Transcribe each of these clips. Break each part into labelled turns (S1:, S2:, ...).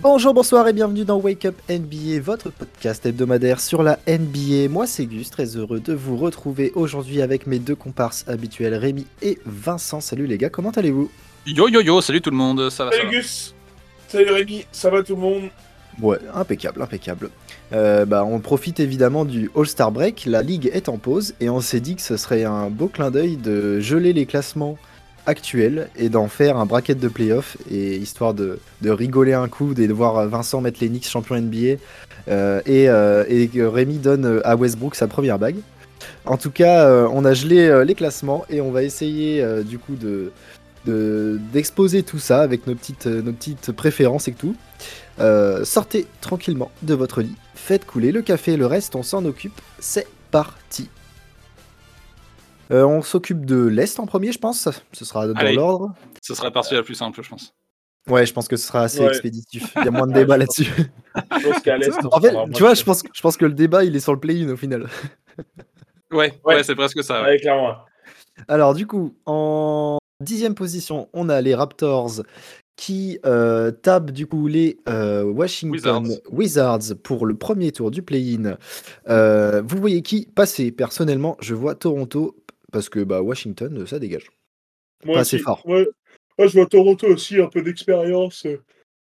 S1: Bonjour, bonsoir et bienvenue dans Wake Up NBA, votre podcast hebdomadaire sur la NBA. Moi c'est Gus, très heureux de vous retrouver aujourd'hui avec mes deux comparses habituels, Rémi et Vincent. Salut les gars, comment allez-vous
S2: Yo yo yo, salut tout le monde, ça va ça
S3: Salut
S2: va.
S3: Gus Salut Rémi, ça va tout le monde
S1: Ouais, impeccable, impeccable. Euh, bah, on profite évidemment du All-Star Break, la ligue est en pause et on s'est dit que ce serait un beau clin d'œil de geler les classements actuels et d'en faire un bracket de playoff et histoire de, de rigoler un coup et de voir Vincent mettre les Knicks champion NBA euh, et, euh, et que Rémi donne euh, à Westbrook sa première bague. En tout cas, euh, on a gelé euh, les classements et on va essayer euh, du coup de de- d'exposer tout ça avec nos petites, euh, nos petites préférences et tout. Euh, sortez tranquillement de votre lit, faites couler le café, le reste on s'en occupe, c'est parti. Euh, on s'occupe de l'Est en premier je pense, ce sera dans
S2: Allez.
S1: l'ordre.
S2: Ce sera la partie la plus simple, je pense.
S1: Ouais je pense que ce sera assez
S3: Ouais.
S1: expéditif, il y a moins de débat là-dessus.
S3: Je pense qu'à l'Est,
S1: en
S3: on
S1: fait
S3: sera moins
S1: tu vois
S3: de-
S1: je pense, je pense que le débat il est sur le play-in au final.
S2: Ouais, ouais,
S3: Ouais.
S2: c'est presque ça. ouais.
S3: Ouais, clairement.
S1: Alors du coup, en dixième position, on a les Raptors qui euh, tapent du coup les euh, Washington
S2: Wizards.
S1: Wizards. pour le premier tour du play-in. Euh, vous voyez qui passer Personnellement, je vois Toronto parce que bah, Washington, ça dégage.
S3: Moi
S1: Pas
S3: aussi.
S1: assez fort.
S3: Ouais. Moi, je vois Toronto aussi, un peu d'expérience. euh,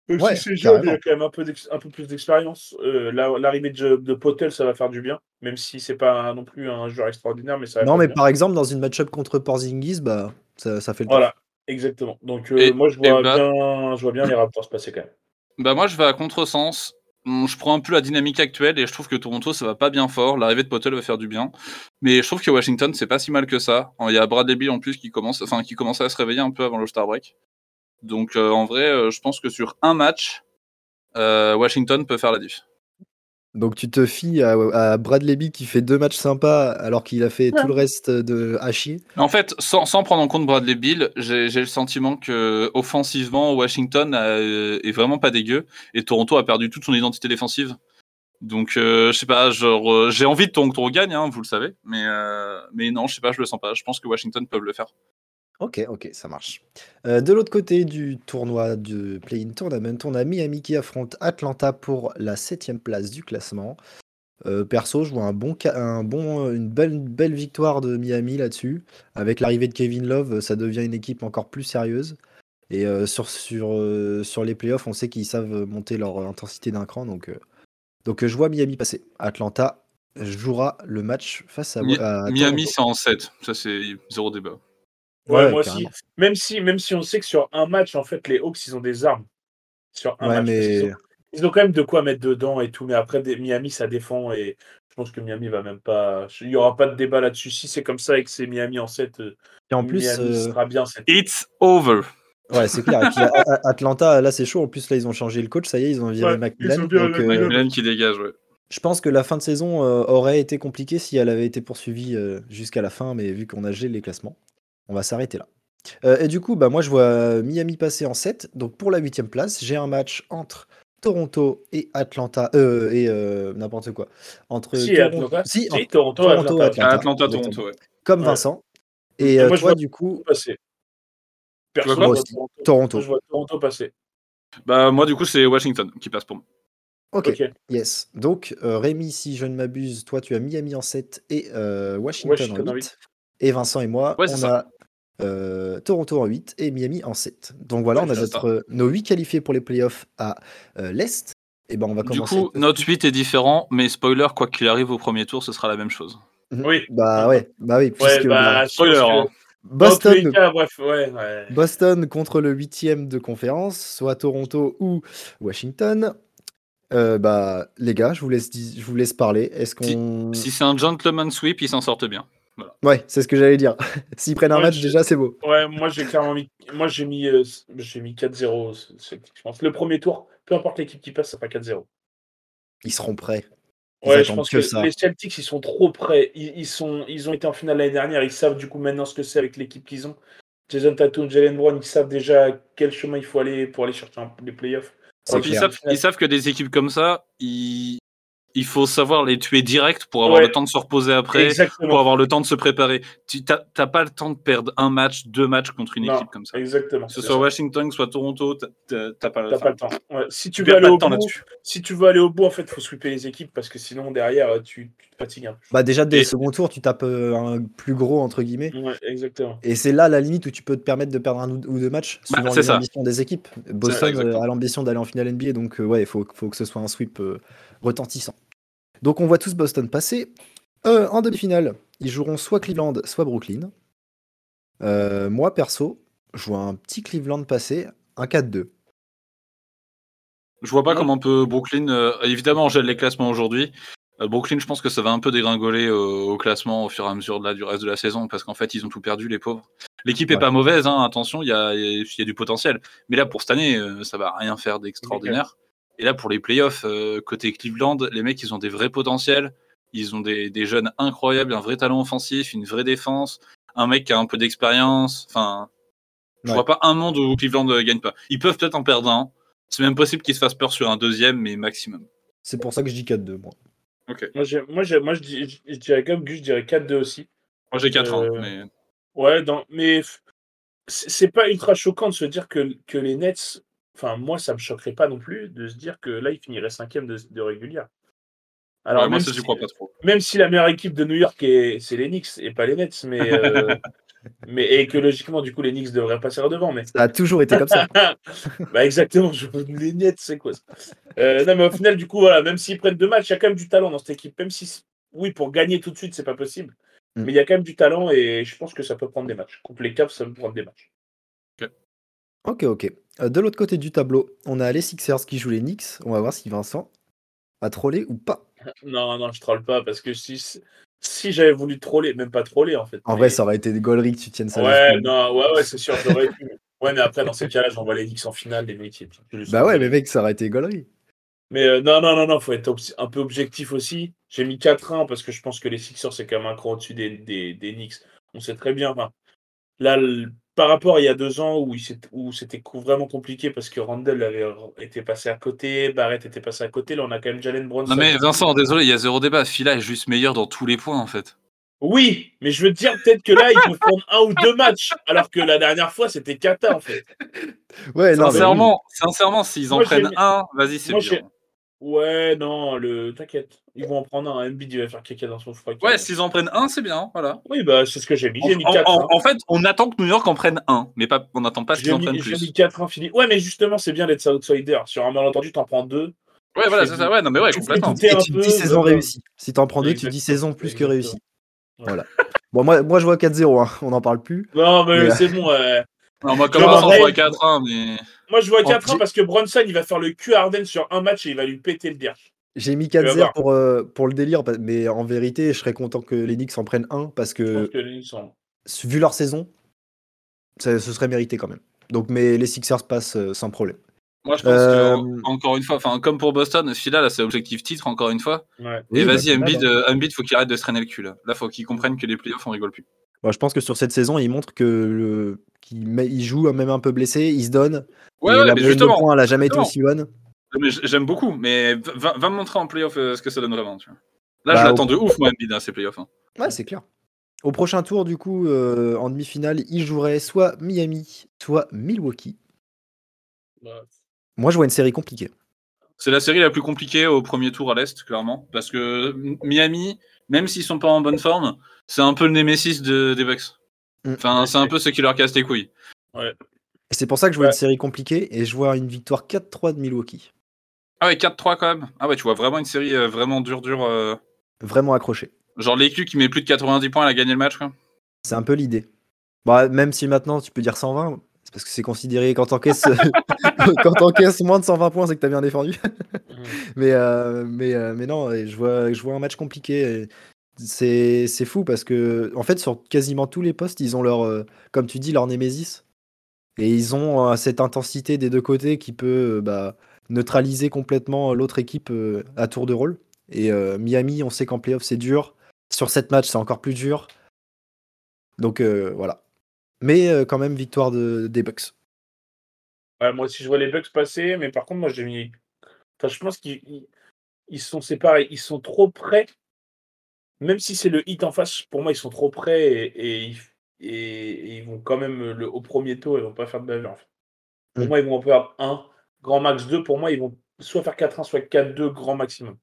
S3: Même
S1: Ouais,
S3: si c'est jeune, il
S1: carrément.
S3: y a quand même un peu, d'ex- un peu plus d'expérience. Euh, la- L'arrivée de, de Potel, ça va faire du bien. Même si c'est pas non plus un joueur extraordinaire, mais ça va
S1: non,
S3: faire
S1: mais
S3: du bien.
S1: par exemple, dans une match-up contre Porzingis, bah, ça, ça fait le taf.
S3: Voilà, exactement. Donc, euh,
S2: Et-
S3: moi, je
S2: et
S3: vois,
S2: bah-
S3: bien, je vois bien les rapports se passer quand même.
S2: Bah moi je vais à contresens. Mm, Je prends un peu la dynamique actuelle et je trouve que Toronto ça va pas bien fort. L'arrivée de Potel va faire du bien, mais je trouve que Washington c'est pas si mal que ça. Hein, Il y a Bradley Beal en plus qui commence, enfin qui commençait à se réveiller un peu avant le Star Break. Donc euh, en vrai, euh, je pense que sur un match, euh, Washington peut faire la diff.
S1: Donc tu te fies à, à Bradley Beal qui fait deux matchs sympas alors qu'il a fait tout le reste de à chier.
S2: En fait, sans, sans prendre en compte Bradley Bill, j'ai j'ai le sentiment que offensivement, Washington euh, est vraiment pas dégueu et Toronto a perdu toute son identité défensive. Donc, euh, je sais pas, genre, euh, j'ai envie de Toronto gagne, hein, vous le savez, mais, euh, mais non, je sais pas, je le sens pas. Je pense que Washington peut le faire.
S1: Ok, ok, ça marche. Euh, de l'autre côté du tournoi du Play-in Tournament, on a Miami qui affronte Atlanta pour la septième place du classement. Euh, perso, je vois un bon, ca- un bon, une belle, une belle victoire de Miami là-dessus. Avec l'arrivée de Kevin Love, euh, ça devient une équipe encore plus sérieuse. Et euh, sur, sur, euh, sur les playoffs, on sait qu'ils savent monter leur intensité d'un cran. Donc, euh, donc euh, je vois Miami passer. Atlanta jouera le match face à,
S2: Mi-
S1: à
S2: Miami,
S1: Toronto.
S2: c'est en 7. Ça, c'est zéro débat.
S3: Ouais,
S1: Ouais,
S3: moi aussi.
S1: carrément.
S3: Même si, même si on sait que sur un match, en fait, les Hawks, ils ont des armes. Sur un
S1: Ouais,
S3: match, parce qu'ils
S1: mais...
S3: ont- Ils ont quand même de quoi mettre dedans et tout, mais après des- Miami ça défend et je pense que Miami va même pas. Il y aura pas de débat là-dessus. Si c'est comme ça et que c'est Miami en 7,
S1: Et en plus,
S3: Miami
S1: euh,
S3: sera bien 7.
S2: It's over.
S1: Ouais, c'est clair. Et puis à- à- Atlanta, là, c'est chaud. En plus, là, ils ont changé le coach. Ça y est, ils ont viré
S3: Ouais,
S1: McMillan.
S3: ils ont viré
S1: Donc,
S2: Ouais,
S1: euh,
S3: McMillan.
S2: Milan qui dégage, ouais.
S1: je pense que la fin de saison euh, aurait été compliquée si elle avait été poursuivie euh, jusqu'à la fin. Mais vu qu'on a gelé les classements, on va s'arrêter là. Euh, et du coup, bah, moi, je vois Miami passer en 7. Donc, pour la 8 place, j'ai un match entre Toronto et Atlanta. Euh, et euh, n'importe quoi. Entre
S3: Si, et
S1: euh, Toronto-
S3: Atlanta.
S1: Si,
S3: Si,
S1: en-
S3: Toronto,
S1: Toronto, Atlanta.
S3: Atlanta,
S2: Ah,
S1: Atlanta,
S2: Atlanta,
S1: exactement.
S2: Toronto, ouais.
S1: comme
S3: ouais.
S1: Vincent. Et
S3: Et
S1: euh,
S3: moi, je
S1: toi,
S3: vois-
S1: du coup,
S3: passer. Personne
S2: vois
S1: quoi
S3: voit
S1: Aussi,
S3: Toronto.
S1: Toronto.
S3: Moi, je vois Toronto passer.
S2: Bah, moi, du coup, c'est Washington qui passe pour moi.
S1: ok.
S3: Ok.
S1: Yes. Donc, euh, Rémi, si je ne m'abuse, toi, tu as Miami en 7 et euh, Washington,
S3: Washington
S1: en
S3: en
S1: 8. Et Vincent et moi,
S2: Ouais, c'est
S1: on a
S2: ça.
S1: euh, Toronto en 8 et Miami en 7. Donc voilà,
S2: Ouais,
S1: on a
S2: c'est ça.
S1: notre, euh, nos 8 qualifiés pour les playoffs à euh, l'Est. Et ben, on va
S2: Du
S1: commencer.
S2: coup,
S1: tout de
S2: notre
S1: suite.
S2: 8 est différent, mais spoiler, quoi qu'il arrive au premier tour, ce sera la même chose.
S3: Oui.
S2: Mmh.
S1: Bah ouais, bah oui,
S3: Ouais,
S1: puisque bah,
S3: bah, je
S2: Spoiler,
S3: pense que-
S2: hein.
S3: Dans tous les
S1: Boston,
S3: cas, bref, ouais, ouais.
S1: Boston contre le 8 de conférence, soit Toronto ou Washington. Euh, bah, les gars, je vous laisse, dis- je vous laisse parler. Est-ce
S2: Si-
S1: qu'on.
S2: Si c'est un gentleman sweep, ils s'en sortent bien.
S1: Ouais, c'est ce que j'allais dire. S'ils prennent un
S3: Ouais,
S1: match,
S3: je-
S1: déjà, c'est beau.
S3: Ouais, moi j'ai clairement mis. Moi j'ai mis, euh, j'ai mis 4-0, c'est- je pense. Le premier tour, peu importe l'équipe qui passe, ça fera 4-0.
S1: Ils seront prêts. Ils
S3: Ouais, je
S1: attendent
S3: pense
S1: que
S3: que,
S1: ça.
S3: les Celtics, ils sont trop près. Ils, ils sont, ils ont été en finale l'année dernière. Ils savent du coup maintenant ce que c'est avec l'équipe qu'ils ont. Jason Tatum, Jalen Brown, ils savent déjà quel chemin il faut aller pour aller chercher un- les playoffs.
S1: C'est
S2: Puis Ils
S1: clair.
S2: savent, ils savent que des équipes comme ça, ils, il faut savoir les tuer direct pour avoir
S3: Ouais.
S2: le temps de se reposer après, pour
S3: Exactement.
S2: avoir le temps de se préparer. Tu t'as t'as pas le temps de perdre un match, deux matchs contre une
S3: Non.
S2: équipe comme ça.
S3: Exactement.
S2: Que ce soit Washington, que ce soit Toronto, t'as- t'as t'as pas,
S3: T'as
S2: enfin,
S3: pas le temps. Ouais, Si
S2: tu
S3: tu veux
S2: perds
S3: aller
S2: pas
S3: au
S2: de temps
S3: bout,
S2: là-dessus.
S3: si tu veux aller au bout, en fait, faut sweeper les équipes parce que sinon derrière, euh, tu, tu te fatigues. un peu.
S1: Bah déjà dès
S2: Et-
S1: le second tour, tu tapes euh, un plus gros entre guillemets.
S3: Ouais, exactement.
S1: Et c'est là la limite où tu peux te permettre de perdre un ou ou deux matchs
S2: Bah,
S1: suivant
S2: c'est
S1: les
S2: ça.
S1: ambitions des équipes. Boston euh,
S2: exactement.
S1: a l'ambition d'aller en finale NBA, donc euh, ouais, il faut, faut que ce soit un sweep euh, retentissant. Donc on voit tous Boston passer. Euh, en demi-finale, ils joueront soit Cleveland, soit Brooklyn. Euh, moi perso, je vois un petit Cleveland passer, un 4-2.
S2: Je vois pas
S3: Non.
S2: comment on peut Brooklyn. euh, évidemment, on gèle les classements aujourd'hui. Euh, Brooklyn, je pense que ça va un peu dégringoler euh, au classement au fur et à mesure de la, du reste de la saison parce qu'en fait, ils ont tout perdu, les pauvres. L'équipe est
S1: Ouais.
S2: pas mauvaise, hein, attention, il y a, il y a du potentiel. Mais là, pour cette année, euh, ça va rien faire d'extraordinaire. Et là, pour les playoffs, euh, côté Cleveland, les mecs, ils ont des vrais potentiels. Ils ont des, des jeunes incroyables, un vrai talent offensif, une vraie défense, un mec qui a un peu d'expérience. Enfin, je
S1: Ouais.
S2: vois pas un monde où Cleveland ne gagne pas. Ils peuvent peut-être en perdre un. C'est même possible qu'ils se fassent peur sur un deuxième, mais maximum.
S1: C'est pour ça que je dis 4-2 moi.
S3: Moi, j'ai- moi, j'ai- moi je, dis- je- je dirais comme Gus, je dirais 4-2 aussi.
S2: Moi, j'ai 4
S3: Euh,
S2: ans, mais
S3: Ouais, dans- mais f- c'est c'est pas ultra choquant de se dire que, que les Nets, enfin moi ça me choquerait pas non plus de se dire que là ils finiraient cinquième de, de régulière. Alors
S2: ouais, moi,
S3: même,
S2: ça,
S3: si, euh,
S2: j'y crois pas trop.
S3: même si la meilleure équipe de New York est- c'est les Knicks et pas les Nets, mais, euh, mais et que logiquement du coup les Knicks devraient passer devant, mais
S1: Ça a toujours été comme ça.
S3: bah exactement, je... les Nets c'est quoi ça Euh, Non mais au final du coup voilà, même s'ils prennent deux matchs, il y a quand même du talent dans cette équipe, même si c- oui pour gagner tout de suite c'est pas possible,
S1: Mm.
S3: mais il y a quand même du talent et je pense que ça peut prendre des matchs. Coupe les caps, ça peut prendre des matchs.
S1: Ok, ok. Euh, De l'autre côté du tableau, on a les Sixers qui jouent les Knicks. On va voir si Vincent a trollé ou pas.
S3: Non, non, je troll pas parce que si, si j'avais voulu troller, même pas troller en fait.
S1: En
S3: mais-
S1: vrai, ça aurait été des gauleries que tu tiennes ça.
S3: Ouais,
S1: jusqu'au bout.
S3: non, ouais, ouais, c'est sûr, j'aurais pu. Ouais, mais après, dans ces cas-là, j'envoie les Knicks en finale, les mecs. et puis je les
S1: Bah
S3: sauve.
S1: ouais, mais mec, ça aurait été des gauleries.
S3: Mais euh, non, non, non, non, faut être obs- un peu objectif aussi. J'ai mis 4-1 parce que je pense que les Sixers, c'est quand même un cran au-dessus des, des, des Knicks. On sait très bien. enfin, là, le- par rapport à il y a deux ans où, il s'est- où c'était co- vraiment compliqué parce que Randall avait re- été passé à côté, Barrett était passé à côté, là, on a quand même Jalen Brunson.
S2: Non, mais Vincent, désolé, il y a zéro débat. Fila est juste meilleur dans tous les points, en fait.
S3: Oui, mais je veux te dire peut-être que là, ils vont prendre un ou deux matchs, alors que la dernière fois, c'était Kata, en fait.
S1: Ouais, non, mais oui.
S2: Sincèrement, sincèrement s'ils en
S3: Moi, j'ai
S2: prennent
S3: mis-
S2: un, vas-y, c'est
S3: Moi,
S2: bien.
S3: j'ai- Ouais, non, le... t'inquiète, ils vont en prendre un. Embiid, il va faire caca dans son froid.
S2: Ouais, s'ils en prennent un, c'est bien, voilà.
S3: Oui, bah, c'est ce que j'ai mis.
S2: En,
S3: J'ai mis
S2: en-
S3: 4
S2: en- en fait, on attend que New York en prenne un, mais pas, on n'attend pas qu'ils
S3: J'ai
S2: en prennent
S3: mis, j'ai mis
S2: plus.
S3: 4 infinis. Ouais, mais justement, c'est bien d'être outsider. Sur un malentendu, t'en prends deux.
S2: Ouais, voilà, c'est ça, ouais, non, mais ouais,
S3: Tu fais
S2: complètement.
S3: douter
S1: Et
S3: un
S1: tu
S3: peu,
S1: dis saison
S3: euh,
S1: réussie. Si t'en prends deux, tu dis
S3: Exactement,
S1: saison plus que
S3: exactement.
S1: réussie.
S3: Ouais.
S1: Voilà. Bon, moi, moi je vois 4-0, hein. on n'en parle plus.
S3: Non, mais
S1: Mais, euh,
S3: c'est bon. ouais.
S2: Non, moi, comme
S3: Genre,
S2: Vincent,
S3: en
S2: je
S3: vrai-
S2: vois 4 1 mais.
S3: Moi, je vois
S1: En
S3: 4
S1: j'ai-
S3: parce que Bronson, il va faire le cul à Harden sur un match et il va lui péter le derche.
S1: J'ai mis
S3: vas
S1: 4-0
S3: voir.
S1: pour, euh, pour le délire, pa- mais en vérité, je serais content que les Knicks en prennent un parce
S3: Je pense
S1: que,
S3: que les Knicks sont-
S1: vu leur saison, ça- ce serait mérité quand même. Donc, mais les Sixers passent euh, sans problème.
S2: Moi, je pense
S1: Euh,
S2: que, en- encore une fois, enfin, comme pour Boston, Fila, là, c'est objectif titre, encore une fois.
S3: Ouais.
S1: Oui,
S2: et
S1: bah,
S2: vas-y,
S1: c'est mal,
S2: Embiid, euh, Embiid, faut qu'il arrête de se traîner le cul, là. Là, faut qu'il comprenne que les playoffs, on rigole plus.
S1: Moi, Bah, je pense que sur cette saison, il montre que le... qu'il met- il joue même un peu blessé, il se donne.
S2: Ouais,
S1: Et la
S2: ouais, mais
S1: moyenne de
S2: justement.
S1: points, elle a jamais été
S2: justement.
S1: aussi bonne.
S2: Mais j- J'aime beaucoup, mais va- va, va me montrer en playoff euh, ce que ça donne vraiment. Tu vois. Là,
S1: Bah,
S2: je l'attends de ouf, moi, Embiid, hein, ces playoffs. hein.
S1: Ouais, c'est clair. Au prochain tour, du coup, euh, en demi-finale, il jouerait soit Miami, soit Milwaukee.
S3: Ouais.
S1: Moi, je vois une série compliquée.
S2: C'est la série la plus compliquée au premier tour à l'Est, clairement. Parce que M- Miami, même s'ils sont pas en bonne forme, c'est un peu le Némésis de, des Bucks.
S1: Mm.
S2: Enfin, c'est un peu ceux qui leur cassent les couilles.
S1: Et c'est pour ça que je vois
S3: Ouais.
S1: une série compliquée et je vois une victoire 4-3 de Milwaukee.
S2: Ah ouais, 4-3 quand même. Ah ouais, tu vois vraiment une série euh, vraiment dure, dure. euh,
S1: Vraiment accrochée.
S2: Genre l'écu qui met plus de 90 points, elle a gagné le match. Quoi.
S1: C'est un peu l'idée. Bah, même si maintenant, tu peux dire 120, c'est parce que c'est considéré quand t'encaisses, quand t'encaisses moins de 120 points, c'est que t'as bien défendu.
S3: Mhm.
S1: Mais, euh, mais, euh, mais non, et je vois, je vois un match compliqué. et C'est c'est fou parce que, en fait, sur quasiment tous les postes, ils ont leur, euh, comme tu dis, leur némésis. Et ils ont euh, cette intensité des deux côtés qui peut euh, bah, neutraliser complètement l'autre équipe euh, à tour de rôle. Et euh, Miami, on sait qu'en playoff, c'est dur. Sur cette match, c'est encore plus dur. Donc euh, voilà. Mais euh, quand même, victoire de, des Bucks.
S3: Ouais, moi aussi, je vois les Bucks passer, mais par contre, moi, j'ai mis. Enfin, je pense qu'ils. ils- ils se sont séparés. Ils sont trop près. Même si c'est le hit en face, pour moi, ils sont trop près et, et, et- et ils vont quand même le, au premier tour, ils vont pas faire de bavure. en fait. Pour
S1: Mm.
S3: moi, ils vont en faire un, grand max 2. Pour moi, ils vont soit faire 4-1, soit 4-2, grand maximum.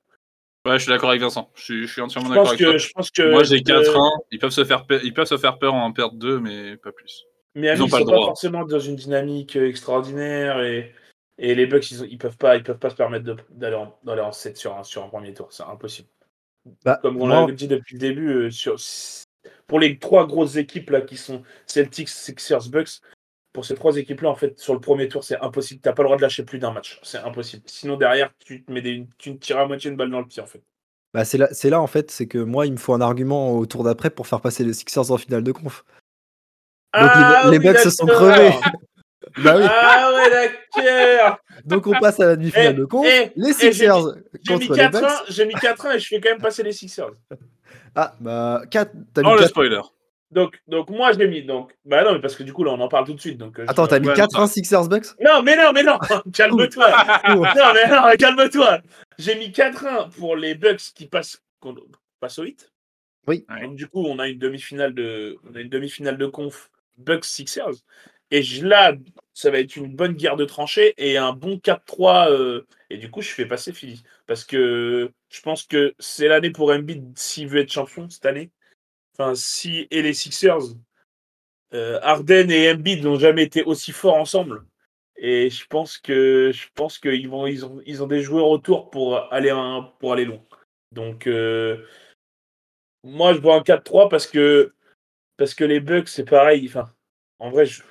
S2: Ouais, je suis d'accord avec Vincent. Je suis, je suis entièrement
S3: Je
S2: d'accord
S3: pense,
S2: avec
S3: que,
S2: toi.
S3: je pense que.
S2: Moi, j'ai
S3: de-
S2: 4-1. Ils peuvent se faire, pe- ils peuvent se faire peur en perdre 2, mais pas plus.
S3: Mais Miami,
S2: ont
S3: ils
S2: pas
S3: sont
S2: le
S3: pas
S2: droit.
S3: forcément dans une dynamique euh, extraordinaire et, et les Bucks ils, ont- ils peuvent pas ils peuvent pas se permettre de- d'aller en, d'aller en 7 sur un sur un premier tour, c'est impossible.
S1: Bah,
S3: Comme on
S1: moi,
S3: l'avait dit depuis le début euh, sur pour les trois grosses équipes là qui sont Celtics, Sixers, Bucks, pour ces trois équipes là en fait sur le premier tour, c'est impossible, t'as pas le droit de lâcher plus d'un match, c'est impossible. Sinon derrière, tu te mets des, tu te tires à moitié une balle dans le pied en fait.
S1: Bah, c'est là, c'est là en fait, c'est que moi il me faut un argument au tour d'après pour faire passer les Sixers en finale de conf. Donc, les- les Bucks se sont
S3: Ah, d'accord.
S1: crevés. Bah oui.
S3: Ah ouais, d'accord.
S1: Donc on passe à la demi-finale
S3: Eh,
S1: de conf.
S3: eh,
S1: les
S3: j'ai
S1: Sixers
S3: J'ai mis
S1: contre les
S3: 4 ans,
S1: Bucks.
S3: j'ai mis 4 ans et je fais quand même passer les Sixers.
S1: Ah bah 4 t'as mis
S2: Oh, le
S1: quatre-
S2: spoiler.
S3: Donc, donc moi je l'ai mis. Donc, bah non, mais parce que du coup là on en parle tout de suite. Donc, euh,
S1: Attends,
S3: je-
S1: t'as mis
S2: Ouais,
S1: 4 1 Sixers Bucks
S3: Non, mais non, mais non, calme-toi.
S1: Ouh.
S3: non, mais non, calme-toi. J'ai mis 4-1 pour les Bucks qui passent, qu'on- passent au hit.
S1: Oui.
S2: Ouais.
S3: Donc du coup on a une demi-finale de, on a une demi-finale de conf Bucks Sixers. Et je, là, ça va être une bonne guerre de tranchées et un bon 4-3. euh, et du coup, je fais passer Philly. Parce que je pense que c'est l'année pour Embiid s'il veut être champion cette année. Enfin, si et les Sixers, euh, Harden et Embiid n'ont jamais été aussi forts ensemble. Et je pense que je pense qu'ils vont ils ont ils ont des joueurs autour pour aller un, pour aller loin. Donc euh, moi je vois un 4-3 parce que parce que les Bucks c'est pareil. Enfin, en vrai, je-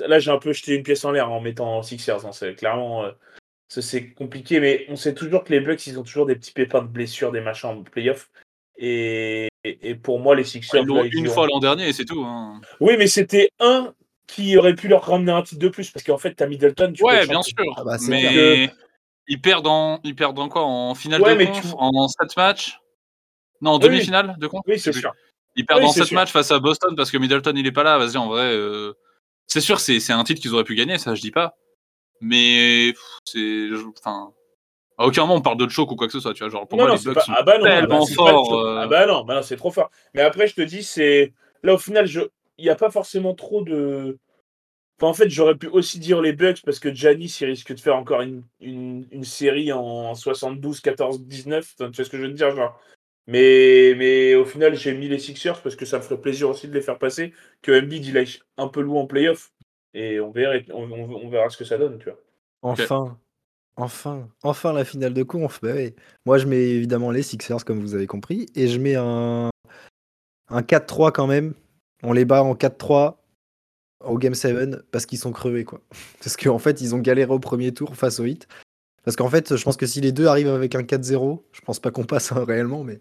S3: là j'ai un peu jeté une pièce en l'air en mettant Sixers. hein. C'est clairement euh, ça, c'est compliqué, mais on sait toujours que les Bucks ils ont toujours des petits pépins de blessures, des machins en playoff. Et, et, et pour moi les Sixers
S2: Ils l'ont
S3: là, ils
S2: une
S3: joueront-
S2: fois l'an dernier et c'est tout. hein.
S3: oui, mais c'était un qui aurait pu leur ramener un titre de plus parce qu'en fait, t'as Middleton. Tu peux
S2: Ouais,
S3: être
S2: bien
S3: champion.
S2: sûr.
S1: Ah bah, c'est
S2: mais ils perdent en, ils perdent en quoi En finale
S3: Ouais,
S2: de
S3: mais
S2: conf
S3: tu-
S2: En 7 matchs Non, en
S3: Oui, oui.
S2: demi-finale de conf
S3: Oui,
S2: Je sais
S3: c'est
S2: plus.
S3: sûr.
S2: Ils perdent
S3: Oui,
S2: en
S3: c'est
S2: 7
S3: sûr.
S2: matchs face à Boston parce que Middleton il est pas là. Vas-y, en vrai, euh, c'est sûr, c'est c'est un titre qu'ils auraient pu gagner, ça je dis pas. Mais pff, c'est, je- enfin, à aucun moment on parle de choc ou quoi que ce soit. Tu vois, genre pour
S3: non,
S2: moi
S3: non,
S2: les
S3: c'est
S2: Bucks
S3: pas...
S2: sont
S3: ah bah non, ah bah,
S2: tellement
S3: c'est pas le
S2: forts,
S3: truc.
S2: euh.
S3: Ah bah non, bah non, c'est trop fort. Mais après, je te dis, c'est là au final, je... il n'y a pas forcément trop de. Enfin, en fait, j'aurais pu aussi dire les Bucks parce que Giannis, il risque de faire encore une, une... une série en 72, 14, 19. Enfin, Tu vois ce que je veux te dire, genre. Mais, mais au final, j'ai mis les Sixers parce que ça me ferait plaisir aussi de les faire passer. Que Embiid, il aille un peu loin en playoff. Et on verra, on, on- on verra ce que ça donne, tu vois.
S1: Enfin, enfin, enfin la finale de conf. Bah oui. Moi je mets évidemment les Sixers comme vous avez compris et je mets un un 4-3 quand même. On les bat en 4-3 au Game 7 parce qu'ils sont crevés quoi. Parce qu'en fait ils ont galéré au premier tour face au hit. Parce qu'en fait je pense que si les deux arrivent avec un 4-0, je pense pas qu'on passe hein, réellement mais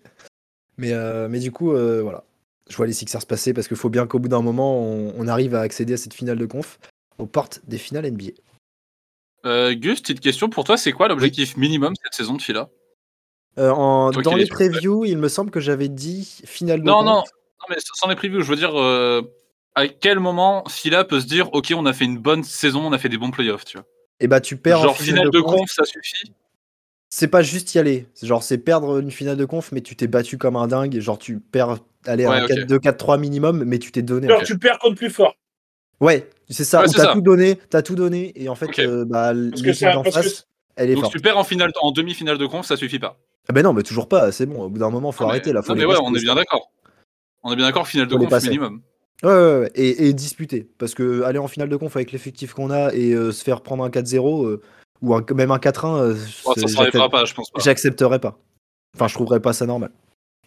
S1: mais, euh, mais du coup euh, voilà. Je vois les Sixers passer parce qu'il faut bien qu'au bout d'un moment on, on arrive à accéder à cette finale de conf aux portes des finales NBA.
S2: Euh, Gus, petite question pour toi, c'est quoi l'objectif minimum cette saison de Fila
S1: Euh, en-
S2: Toi qui
S1: dans
S2: l'es
S1: les
S2: sur le
S1: previews, il me semble que j'avais dit finale de
S2: Non,
S1: conf.
S2: non, non, mais sans les previews, je veux dire, euh, à quel moment Fila peut se dire, ok, on a fait une bonne saison, on a fait des bons playoffs, tu vois
S1: Et bah tu perds en
S2: Genre finale de conf, ça suffit
S1: C'est pas juste y aller. C'est Genre c'est perdre une finale de conf, mais tu t'es battu comme un dingue. et Genre tu perds, allez,
S2: Ouais,
S1: un
S2: ok.
S1: 4-2, 4-3 minimum, mais tu t'es donné. en
S3: Alors,
S1: fait.
S3: tu perds contre plus fort.
S1: Ouais, c'est ça.
S2: Ouais,
S1: où
S2: c'est
S1: t'as
S2: ça.
S1: tout donné, t'as tout donné, et en fait,
S2: Ok.
S1: euh, bah,
S3: Parce que
S1: l'équipe
S3: ça,
S1: d'en
S3: parce que
S1: face, elle est
S2: Donc
S1: forte.
S2: tu perds en finale, en demi-finale de conf, ça suffit pas.
S1: Ah ben non, mais toujours pas. C'est bon. Au bout d'un moment, faut
S2: Non, Ah, mais-
S1: arrêter la
S2: non, mais ouais, on est bien
S1: Ouais,
S2: d'accord. On est bien d'accord, finale de
S1: Faut les
S2: conf
S1: passer.
S2: minimum.
S1: ouais, ouais. Et, et disputer, parce que aller en finale de conf avec l'effectif qu'on a et euh, se faire prendre un 4-0 euh, ou un- même un 4-1, euh,
S2: Oh,
S1: c'est-
S2: ça se
S1: j'accepte-
S2: arrivera pas, je pense pas.
S1: j'accepterais pas. Enfin, je trouverais pas ça normal.